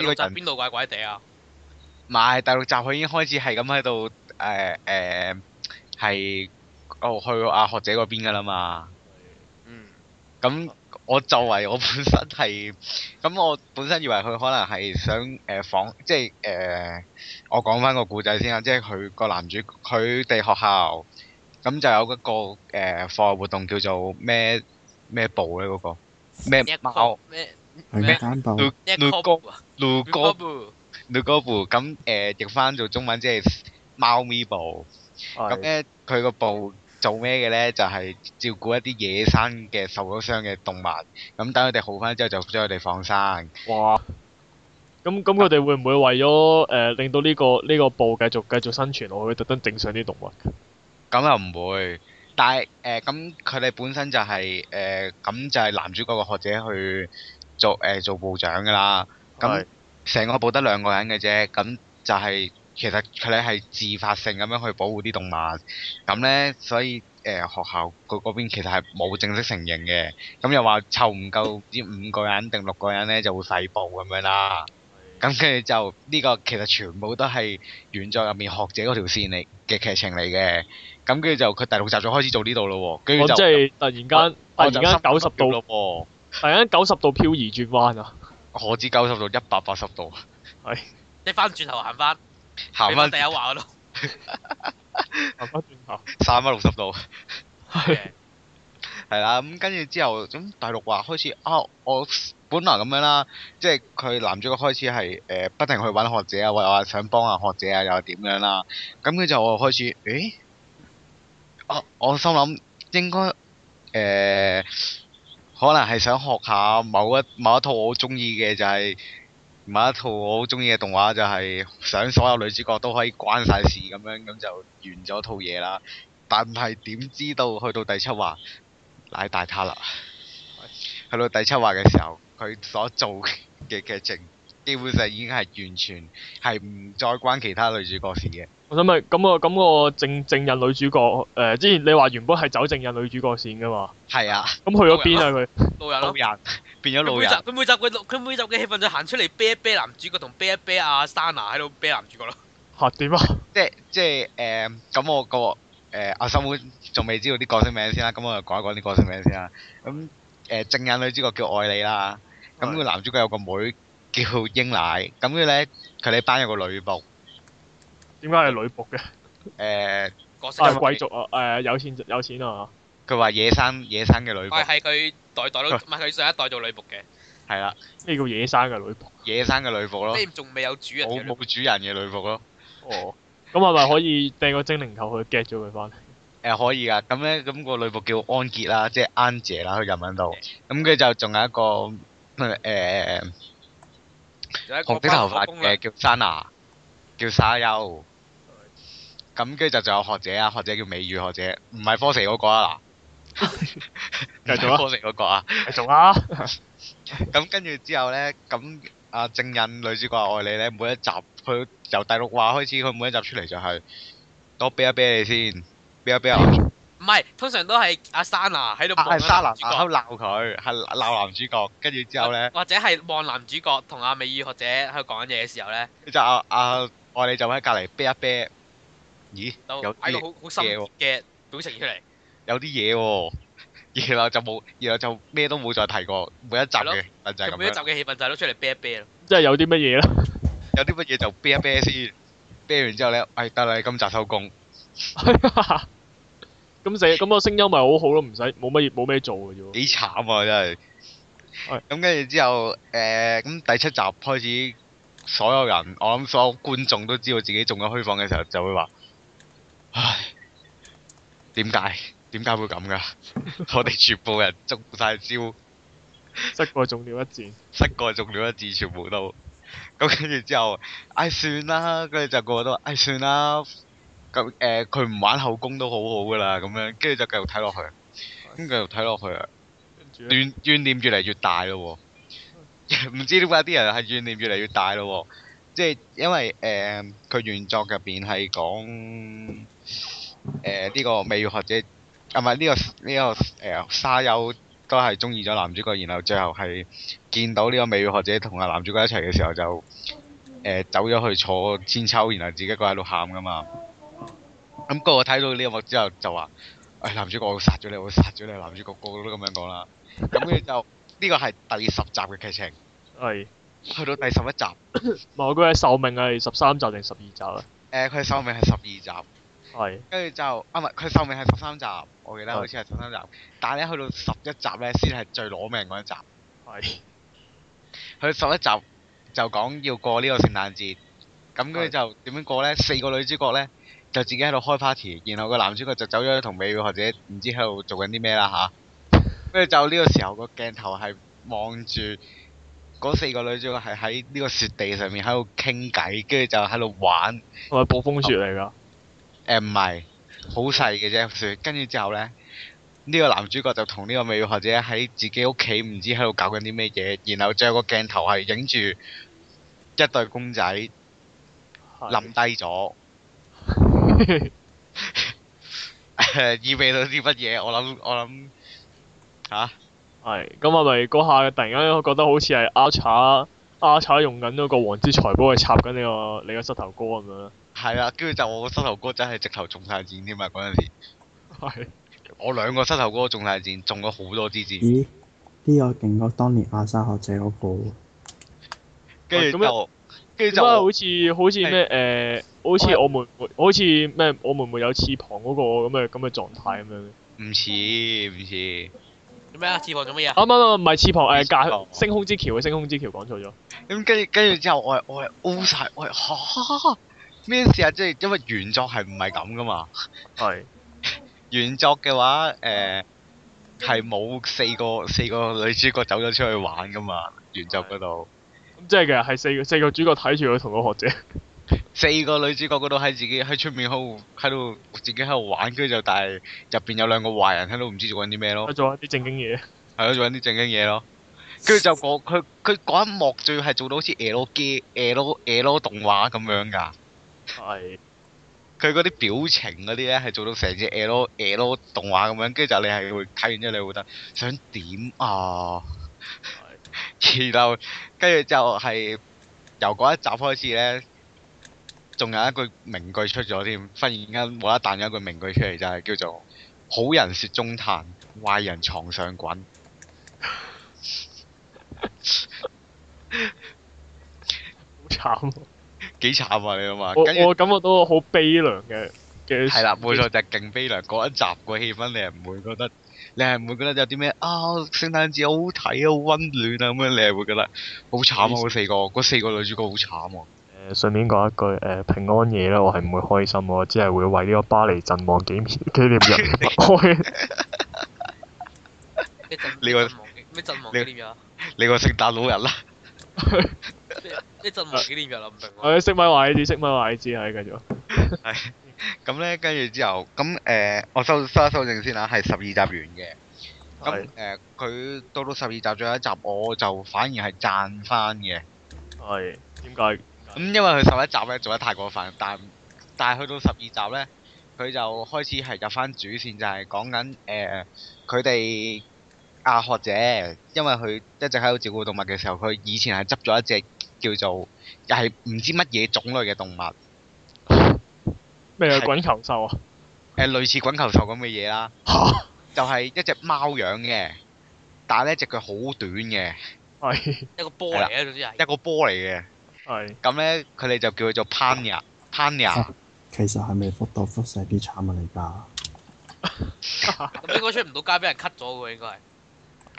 個
六集
人
邊度怪怪地啊？
買第六集，佢已經開始係咁喺度誒誒係哦去阿學姐嗰邊㗎啦嘛。
嗯，
咁我作為我本身係，咁我本身以為佢可能係想誒、呃仿，即係誒、呃我講翻個故仔先啊，即係佢個男主，佢哋學校咁就有一個誒、呃、課外活動叫做咩咩部咧嗰、個咩
一
貓
個咩
係單部
嗯
一
女
個
高
啊
路
一
哥
個部
路哥部，咁誒譯翻做中文即係貓咪部。咁
係
咧，佢個部做咩嘅咧？就係、照顧一啲野生嘅受咗傷嘅動物，咁等佢哋好翻之後，就將佢哋放生。
哇！咁咁佢哋會唔會為咗誒令到呢個呢個部繼續繼續生存落去，特登整上啲動物？
咁又唔會，但係誒，咁佢哋本身就係、誒，咁、就係男主角個學者去做誒、呃做部長噶啦。咁
係
成個部得兩個人嘅啫，咁就係、其實佢哋係自發性咁樣去保護啲動物，咁呢，所以誒、呃學校佢嗰邊其實係冇正式承認嘅，咁又話湊唔夠唔知五個人定六個人呢就會廢部咁樣啦，咁跟住就呢、個其實全部都係原作入面學者嗰條線嚟嘅劇情嚟嘅，咁跟住就佢第六集就開始做呢度咯喎，跟住
我
就
即係突然間，
我
突
就
然間
心
九十
急
度，
咯喎，
突然間九十度漂移轉彎啊！
何止九十度一百八十度
即係翻轉頭行翻，
行
俾
翻
翻第一話嗰度。
行翻轉頭，
三百六十度。
係
係啦，咁跟住之後，咁第六話開始啊，我本來咁樣啦，即係佢男主角開始係誒、呃不停去揾學者啊，或者話想幫下學者啊，又係點樣啦，啊咁呃跟住我開始，誒，啊我心諗應該誒、呃可能係想學下某一某一套我好中意嘅就係、呃某一套我好中意嘅動畫就係呃想所有女主角都可以關晒事咁樣，咁就完咗套嘢啦。但係點知道去到第七話，奶大他啦。去到第七話嘅時候，佢所做嘅 劇情基本上已經係完全係唔再關其他女主角事嘅。
我想問，咁個咁個正正印女主角，誒、之前你話原本係走正印女主角線噶嘛？
係啊，
咁去咗邊啊？佢
路人
老
咯。
人變咗
佢
老
每集
人，
佢每集嘅佢每集嘅氣氛就行出嚟啤一啤男主角同啤一啤阿 Sana 喺度啤男主角咯。
嚇點啊？
即係即係誒咁我個誒、阿心妹仲未知道啲角色名先啦，咁我就講一講啲角色名先啦。咁、誒、正印女主角叫愛你啦，咁、
係
個男主角有個妹叫英奶，咁佢咧佢哋班有個女仆，誒、
點解係女僕嘅？
因為
啊
角色係
貴族啊！誒、有錢有錢啊！
佢話野生野生嘅女仆
係佢代代都唔係佢上一代做女仆嘅，
係啦，
咩叫野生嘅女仆？
野生嘅女仆咯
即，係仲未有主人
冇
嘅
冇主人嘅女仆咯。
哦， 咁係咪可以掟個精靈球去 get 咗佢翻？
誒、可以噶，咁咧咁個女仆叫安傑啦，即係 Angel 啦，佢日文度。咁佢就仲有一個誒、呃、
有一個
紅色頭髮
包工
嘅
啦
叫 Sana，叫沙丘。咁跟住就仲有學者啊，學者叫美語學者，唔係科四嗰個 啊嗱，
繼續啊
唔係科四嗰個啊。
繼續啊！
咁跟住之後咧，咁阿正印女主角愛你咧，每一集佢由第六話開始，佢每一集出嚟就係、我啤一啤你先，啤一啤我。
唔係，通常都係阿 Sana 喺度
啊係
望
沙男
緊男主
喺度
角，
鬧佢，係鬧男主角，跟住之後咧，
或者係望男主角同阿美語學者喺度講嘢嘅時候咧，
就阿阿愛你就喺隔離啤一啤，咦
都
有
擺
啲
個好好深
嘢喎
嘅表情出嚟。
有啲嘢喎， 然後就冇，然後就咩都冇再提過，每一集
係咯
嘅就係
佢
咁
每一集
樣，
嘅氣氛就係攞出嚟啤一啤咯。
即係有啲乜嘢啦？
有啲乜嘢就啤一啤先，啤完之後咧，哎得啦，今集收工，
咁死咁個聲音咪好好咯，唔使冇乜嘢冇咩做嘅啫喎。
幾慘啊真係
係。
咁跟住之後，誒咁第七集開始，所有人我諗所有觀眾都知道自己中咗虛晃嘅時候，就會話：唉，點解點解會咁噶？我哋全部人中晒招。
失過重了一戰，
七個中咗一字，全部都。咁跟住之後，唉、算啦，跟住就個個都話，唉、算啦。咁誒佢唔玩後宮都好好噶啦，咁樣跟住就繼續睇落去，咁繼續睇落去啊，
跟住咧
怨怨念越嚟越大咯喎。 唔知點解啲人係怨念越嚟越大咯喎，即係因為誒佢、原作入邊係講誒呢個美育學者啊，唔係呢個呢、個誒、沙丘都係中意咗男主角，然後最後係見到呢個美育學者同阿男主角一齊嘅時候就誒、走咗去坐千秋，然後自己一個喺度喊噶嘛。咁、個個睇到呢一幕之後就話：，誒、男主角我殺咗你，我殺咗你！男主角個個都咁樣講啦。咁跟住就呢個係第十集嘅劇情，
係
去到第十一集，誒、
唔係我嗰嘅壽命係十三集定十二集啊？
呃佢壽命係十二集，
係
跟住就啊唔係佢壽命係十三集，我記得好似係十三集，但係咧去到十一集咧先係最攞命嗰一集。
係
佢十一集就講要過呢個聖誕節，咁跟住就點樣過呢？四個女主角呢，就自己喺度開 party，然後個男主角就走咗去同美女或者唔知喺度做緊啲咩啦吓，跟住就呢個時候個鏡頭係望住嗰四個女主角係喺呢個雪地上面喺度傾偈，跟住就喺度玩。
係咪暴風雪嚟㗎？
誒唔係，好細嘅啫雪。跟住之後呢，呢、個男主角就同呢個美女學者喺自己屋企唔知喺度搞緊啲咩嘢，然後最後個鏡頭係影住一對公仔冧
係
低咗。意味到啲乜嘢？我諗我諗嚇、
係，咁係咪嗰下突然間覺得好似係阿查阿查用緊嗰個王之財寶去插緊你個你個膝頭哥咁樣咧？
係啦。跟住就我個膝頭哥真係直頭中晒箭添啊！嗰陣時，
係
我兩個膝頭哥都中晒箭，中咗好多支箭。
咦？呢個勁過當年亞沙學者嗰個喎，
跟住
喂咁
就，跟
點
住就
解
我
好似好似咩誒？好似我妹妹好似咩我妹妹有翅膀嗰個咁嘅咁嘅狀態咁樣
唔
嘅。
似唔似。
做咩啊？翅膀做乜嘢啊？
啊唔係唔係唔係翅膀誒，
翅膀
架星空之橋嘅星空之橋講錯咗。
咁跟住跟住之後我係，我係 O 晒，我係嚇咩事啊？即係因為原作係唔係咁噶嘛？
係
原作嘅話，誒係冇四個四個女主角走咗出去玩噶嘛？原作嗰度
咁即係其實係四個四個主角睇住佢同個學者。
四個女主角嗰度喺自己喺出面喺度喺度自己喺度玩，跟住就但係入邊有兩個壞人喺度唔知做緊啲咩咯，
做一啲正經嘢，
係咯做緊啲正經嘢咯。跟住就講佢佢嗰一幕最係做到好似 L G L L 動畫咁樣㗎，
係
佢嗰啲表情嗰啲咧係做到成隻 L L 動畫咁樣，跟住就你係會睇完之後你會覺得想點啊？然後跟住就係由嗰一集開始咧，仲有一句名句出咗添，忽然間冇啦彈咗一句名句出嚟，就係、叫做好人雪中炭，壞人床上滾。
好慘。
幾慘啊！你諗下，跟住
我我感覺到我好悲涼嘅嘅
係啦，冇錯就係勁悲涼。嗰一集個氣氛你係唔會覺得，你係唔會覺得有啲咩啊聖誕節好睇啊，好温暖啊咁樣，你係會覺得好慘啊！嗰四個嗰四個女主角好慘啊！
誒呃順便講一句誒、平安夜咧，我係唔會開心，我只係會為呢個巴黎陣亡紀 念紀念日 開。
咩陣
你個
陣亡紀咩陣亡
你
紀念日啊？
你個聖誕老人啦，
咩陣亡紀念日啊？唔明喎。
誒識咪話你知，識咪話你知，係繼續。
咁咧跟住之後，咁誒、呃我收收一收正先啦，啊係十二集完嘅。咁誒，佢、到到十二集最後一集，我就反而係讚翻嘅。
係點解？
咁因為佢十一集咧做得太過分，但但係去到十二集咧，佢就開始係入翻主線，就係講緊誒佢哋啊學者，因為佢一直喺度照顧動物嘅時候，佢以前係執咗一隻叫做又係唔知乜嘢種類嘅動物，誒、呃
咩啊
係
滾球獸啊？
類似滾球獸咁嘅嘢啦，
嚇
就係一隻貓樣嘅，但係咧只腳好短嘅，
係
一個波嚟嘅，總之係。
一個波嚟嘅，
係
咁咧佢哋就叫佢做 Panya Panya，
其實係咪福到福社啲產物嚟㗎？
咁應該出唔到街，俾人 cut 咗喎，應該係。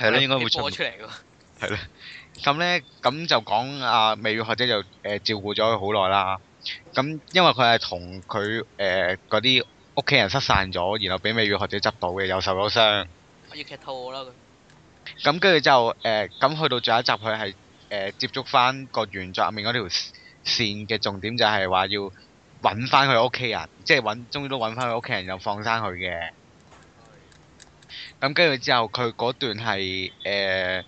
係咯應該會出
播
唔
出嚟㗎。
咁咧，咁就講啊，美月學姐就誒、呃照顧咗佢好耐啦。咁因為佢係同佢誒嗰啲屋企人失散咗，然後俾美月學姐執到嘅，又受咗傷。
我要劇透我啦佢。
咁跟住之後誒，呃咁、去到最後一集，佢係誒接觸翻個原作入面嗰條線嘅重點，就係話要揾翻佢屋企人，即係揾，終於都揾翻佢屋企人，又放生佢嘅。咁跟住之後，佢嗰段係誒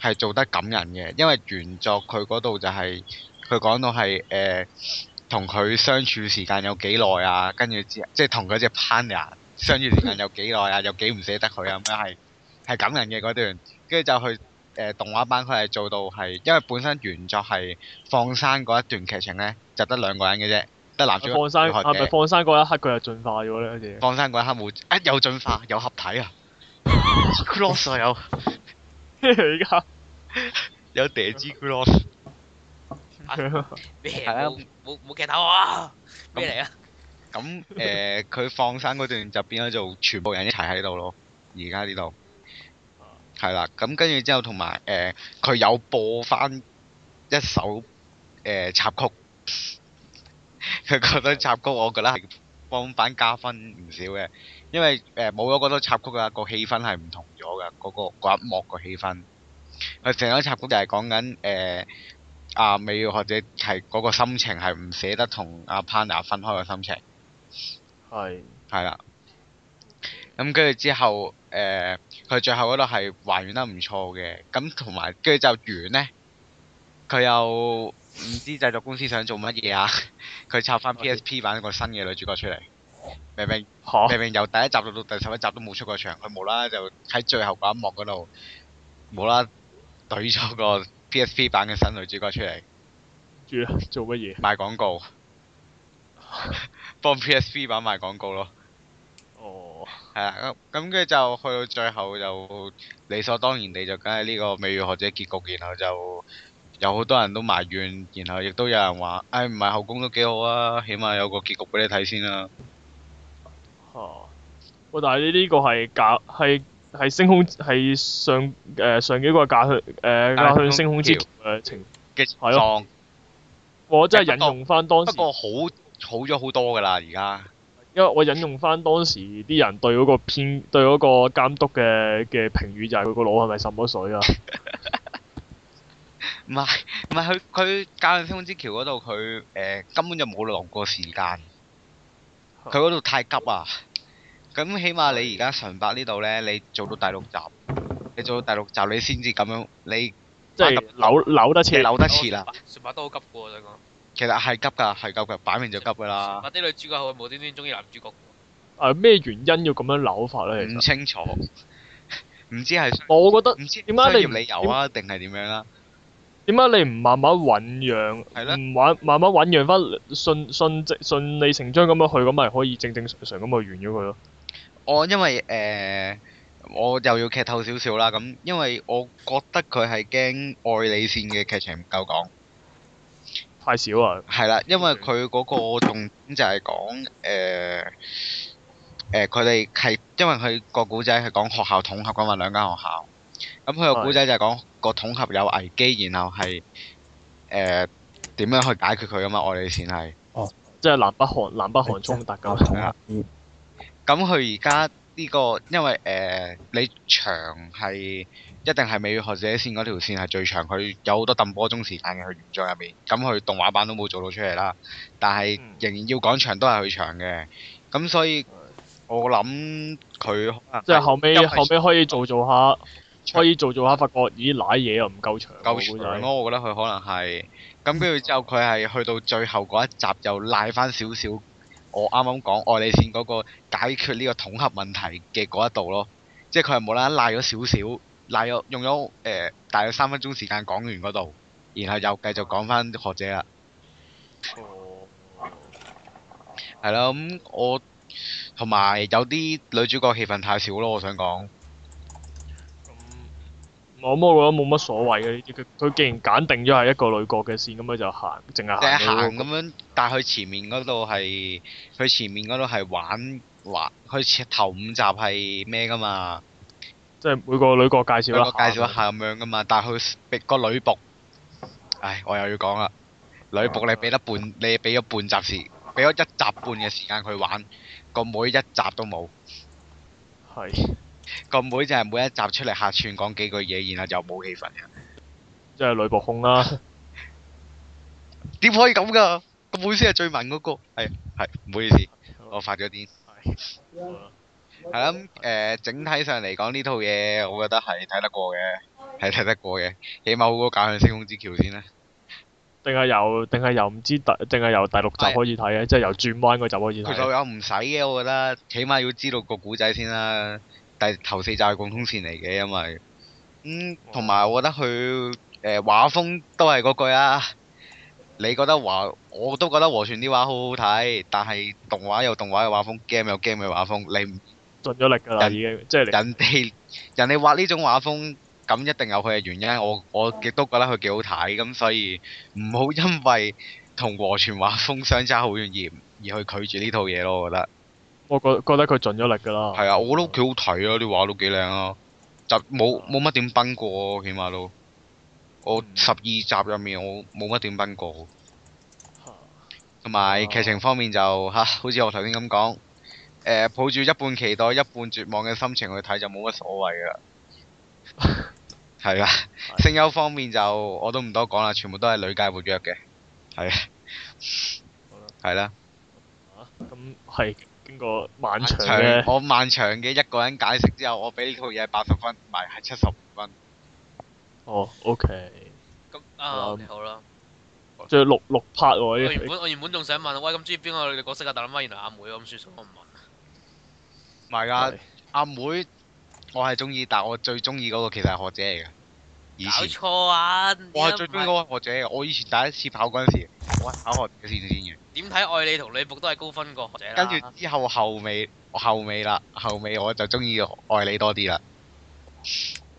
係做得感人嘅，因為原作佢嗰度就係佢講到係誒同佢相處時間有幾耐啊，跟住之即係同嗰只攀人啊相處時間有幾耐啊，又幾唔捨得佢啊，咁樣係係感人嘅嗰段。跟住就去誒、呃、動畫版，佢係做到係因為本身原作係放生嗰一段劇情咧，就得兩個人嘅啫，得男主角
啊放生
女學
係咪
姐
放生嗰一刻佢就進化咗咧？好似
放生嗰一刻冇，一有進化有合體啊，cross 啊有
而家
有嗲之 cross，
咩？
係啊
冇冇冇劇透啊！咩嚟啊？
咁誒佢放生嗰段就變咗做全部人一齊喺度咯，而家呢度係啦，咁跟住之後同埋誒佢有播翻一首誒、呃插曲， 佢覺得插曲我覺得係幫翻加分唔少嘅，因為誒冇咗嗰多插曲啊，個氣氛係唔同咗嘅，嗰、個嗰一幕個氣氛，佢成首插曲就係講緊誒。呃阿美耀學者係嗰個心情係唔捨得同阿 Pana 分開嘅心情，
係
係啦。咁跟住之後，誒、佢最後嗰度係還原得唔錯嘅，咁同埋跟住就完呢，佢又唔知製作公司想做乜嘢啊， 佢插翻 PSP 版一個新嘅女主角出嚟，明明
嚇
明明由第一集到到第十一集都冇出過場，佢無啦啦就喺最後嗰一幕嗰度，無啦啦懟咗個 PSP 版嘅新女主角出嚟。
住做乜嘢？
賣廣告，幫 PSP 版賣廣告咯，
哦，
係啊，咁咁跟住就去到最後就理所當然地就梗係呢個美月學者結局，然後就有好多人都埋怨，然後亦都有人話，唉唔係後宮都幾好啊，起碼有個結局俾你睇先啦。
嚇！喂，但係呢呢個係架係係星空係上誒上幾個架向誒架向啊星空之橋嘅情
嘅
係咯
狀
我真係引用翻當
不
時，
過好好咗好多㗎啦，而家
因為我引用翻當時啲人對嗰個編對嗰個 監督嘅嘅評語就係佢個腦係咪滲咗水啊？
唔係唔係佢佢教人星空之橋嗰度，佢誒根本就冇落過時間，佢嗰度太急啊！咁起碼你而家純白呢度咧，你做到第六集，你做到第六集，你先至咁樣，你
即
啊
係扭扭得
你
切，
扭得切啦。，
船伯都好急嘅喎，我想講。
其實係急㗎，係急㗎，擺明就急㗎啦。
或者女主角係會無端端中意男主角
誒
嘅
啊咩原因要咁樣扭法咧？其
唔
實
清楚， 唔知係
我覺得
唔知
點解你
商業理由啊，定係點樣啦？
點解你唔慢慢醖釀，
係咧
唔慢慢慢醖釀翻順順即順理成章咁樣去，咁咪可以正正常常咁去完咗佢咯。
我因為誒、呃我又要劇透少少啦。咁因為我覺得佢係驚愛你線嘅劇情唔夠講，
太少啊！
係啦，因為佢嗰個重點就係講誒誒，佢哋係因為佢個古仔係講學校統合噶嘛，兩間學校。咁佢個古仔就係講個統合有危機，然後係誒點樣去解決佢噶嘛，愛你線係。
即係南北韓南北韓衝突 咁樣。
同埋
咁佢而家呢個，因為誒、呃你長係一定係美學者線嗰條線係最長，佢有好多揼波鐘時間嘅佢原作入面。咁佢動畫版都冇做到出嚟啦，但係
嗯
仍然要講長都係佢長嘅。咁所以我諗佢可能
即係後尾
因為
後尾可以做做下，
長
可以做做下，發覺咦賴嘢又唔夠長喎，
夠
估
長
計
咯，我覺得佢可能係。咁跟住之後，佢係去到最後嗰一集又賴翻少少，我啱啱講愛你線嗰個解決呢個統合問題嘅嗰一度咯，即係佢係無啦啦賴咗少少，賴咗用咗誒、呃大約三分鐘時間講完嗰度，然後又繼續講翻學者啦，
哦
係啦，咁、我同埋有啲女主角戲份太少咯，我想講。
我咁我覺得冇乜所謂嘅呢啲，佢佢既然揀定咗係一個女角嘅線，咁佢就行，淨係
即係
行到
行咁樣，但係佢前面嗰度係，佢前面嗰度係玩玩，佢前頭五集係咩噶嘛？
即係每個女角介
佢
紹
個
一下。
介紹一下咁樣噶嘛，但係佢俾個女仆，唉，我又要講啦，女仆你俾得半，你俾咗半集時，俾咗一集半嘅時間佢玩，個妹一集都冇，
係，
個妹就係每一集出嚟客串講幾句嘢，然後就冇氣氛嘅，
即係女博 控啦。
點可以咁噶？個妹先係最文嗰個，係係唔好意思，
Ờ.
我發咗癲。係啦，咁誒整體上嚟講呢套嘢，我覺得係睇得過嘅，係睇得過嘅，起碼好過《假向星空之橋》先啦。
定係由定係由唔知第定係由第六集
係
開始睇嘅，即係由轉彎嗰集開始
佢
睇。
老友唔使嘅，我覺得，起碼要知道個古仔先啦。但係頭四集係共通線嚟嘅，因為嗯，同埋我覺得佢誒、畫風都係嗰句啊。你覺得華，我都覺得和旋啲畫好好睇，但係動畫有動畫嘅畫風，game 有 game 嘅畫風，你唔
盡咗力㗎啦，
人
已經即係你
人哋人哋畫呢種畫風，咁一定有佢嘅原因。我我亦都覺得佢幾好睇，咁所以唔好因為同和全畫風相差好遠而而去拒絕呢套嘢咯。我覺得
我覺覺得佢盡咗力㗎啦。
係啊，我覺得幾好睇啊，啲畫都幾靚啊，就冇冇乜點崩過，起碼都我
嗯
十二集入面我冇乜點崩過，
係啊
同埋
哦
劇情方面就嚇、好似我頭先咁講。誒、抱住一半期待、一半絕望嘅心情去睇就冇乜所謂 噶啦，係啦。聲優方面就我都唔多講啦，全部都係女界活躍嘅，係啊
好啦，
係啦。
咁係經過漫長
長
嘅。
我漫長嘅一個人解釋之後，我俾呢套嘢八十分，唔係係七十分。
哦，OK，
咁啊，OK，好啦。
仲有六六 part
我
喎，
原
呢
本我原本仲想問，喂，咁中意邊個角色啊？但諗翻原來阿妹喎咁算數，我唔問。
唔係啊，阿妹我係中意，但我最中意嗰個其實係學姐嚟嘅。以
搞
前
錯啊！
我係最中意
點
嗰個學姐嘅，我以前第一次跑嗰陣時，我係跑學姐先先嘅。
點睇愛你同女僕都係高分過學者啦。
跟住之後後尾後尾啦，後尾我就中意愛你多啲啦。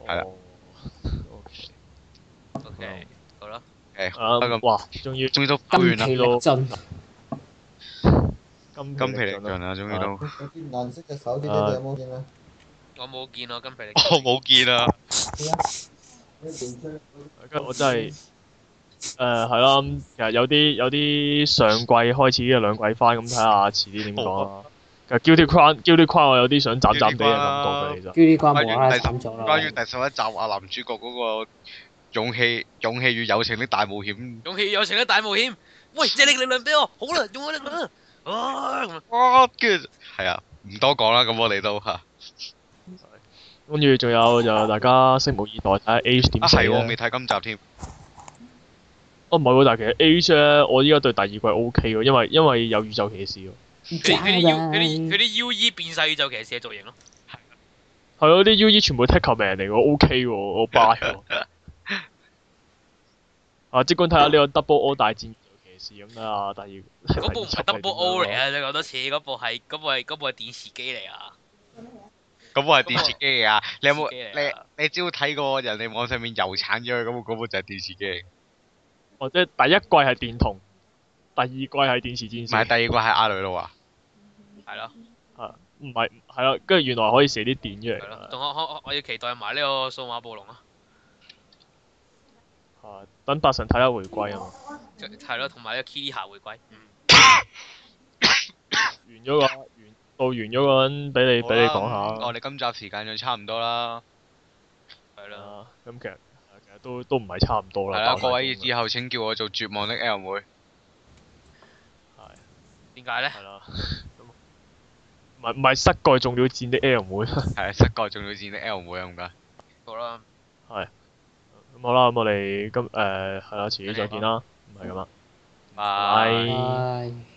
個
係啦
哦 OK，
OK，好啦，
誒，
啊
咁
哇，終於
終於都搬
筋
完啦
疲，力盡。
金
筋疲力盡
盡啦
啊
啦，終於都。
嗰啲藍色嘅手機呢，你有冇見啊？
我冇見我金皮力。
我冇見啊！
啲電車
跟住我真係誒係啦，咁其實有啲有啲上季開始嘅兩季翻，咁睇下遲啲點講
啊
啦。其實 Guilty Crown，Guilty Crown 我有啲想斬斬地嘅感覺嘅，其實。
啊
Judy 關無啦啦斬咗啦。
關於第十一集阿男主角嗰個勇氣勇氣與友情的大冒險。
勇氣友情嘅大冒險。喂，借你力量俾我，好啦，用我力量啦。啊，咁樣
哇！跟住係啊，唔多講啦，咁我哋都 啊嚇。
跟住仲有就大家拭目以待睇下 H
啊
點死
係喎，我
啦
未。睇今集添。
哦，唔係喎，但係其實 H 咧，我依家對第二季 O K 喎，因為因為有宇宙騎士喎。
佢啲佢
啊
啲 U 佢啲佢啲 U E 變晒宇宙騎士嘅造型咯。
係咯，啲 U E 全部 take 球人嚟喎，O K 喎，我 buy 喎。啊，即管睇下呢個 Double O 大戰宇宙騎士咁啦，第二
嗰部唔係 Double O 嚟。啊！你講多次，嗰部係嗰部係嗰部係電視機嚟啊！
咁我係電視機嚟 啊！你有冇
電視機嚟啊
你你只要睇過人哋網上面油產咗佢，咁嗰部就係電視機嚟。
哦，即係第一季係電筒，第二季係電視
唔
戰
係
士
第。二個係阿雷路啊！
係咯
啊唔係係啦，跟住原來可以射啲電出
係咯，
嚟。
仲可可我要期待埋呢個數碼暴龍啊！
啊，等八神睇下回歸啊嘛。
係咯，同埋呢個 Kitty 下回歸。嗯
完咗個完到完咗嗰陣，俾你
好啦
俾你
咁我
哦
講
哋今集時間就差唔多啦，
係
下。
咯。
啊，咁其實其實都都唔係差唔多啦。
係啦，
爆晒
各位
風
以後請叫我做絕望的 L 妹。
啦
點解咧
係？係啦。咁唔係唔係膝蓋中了箭的 L 妹。咁
係啊，失角中咗戰的 L 妹啊，唔該。
好啦，
好啦，呃咁我哋今誒係啦，遲啲再見啦，唔係咁啦，
拜
啊拜。
唉。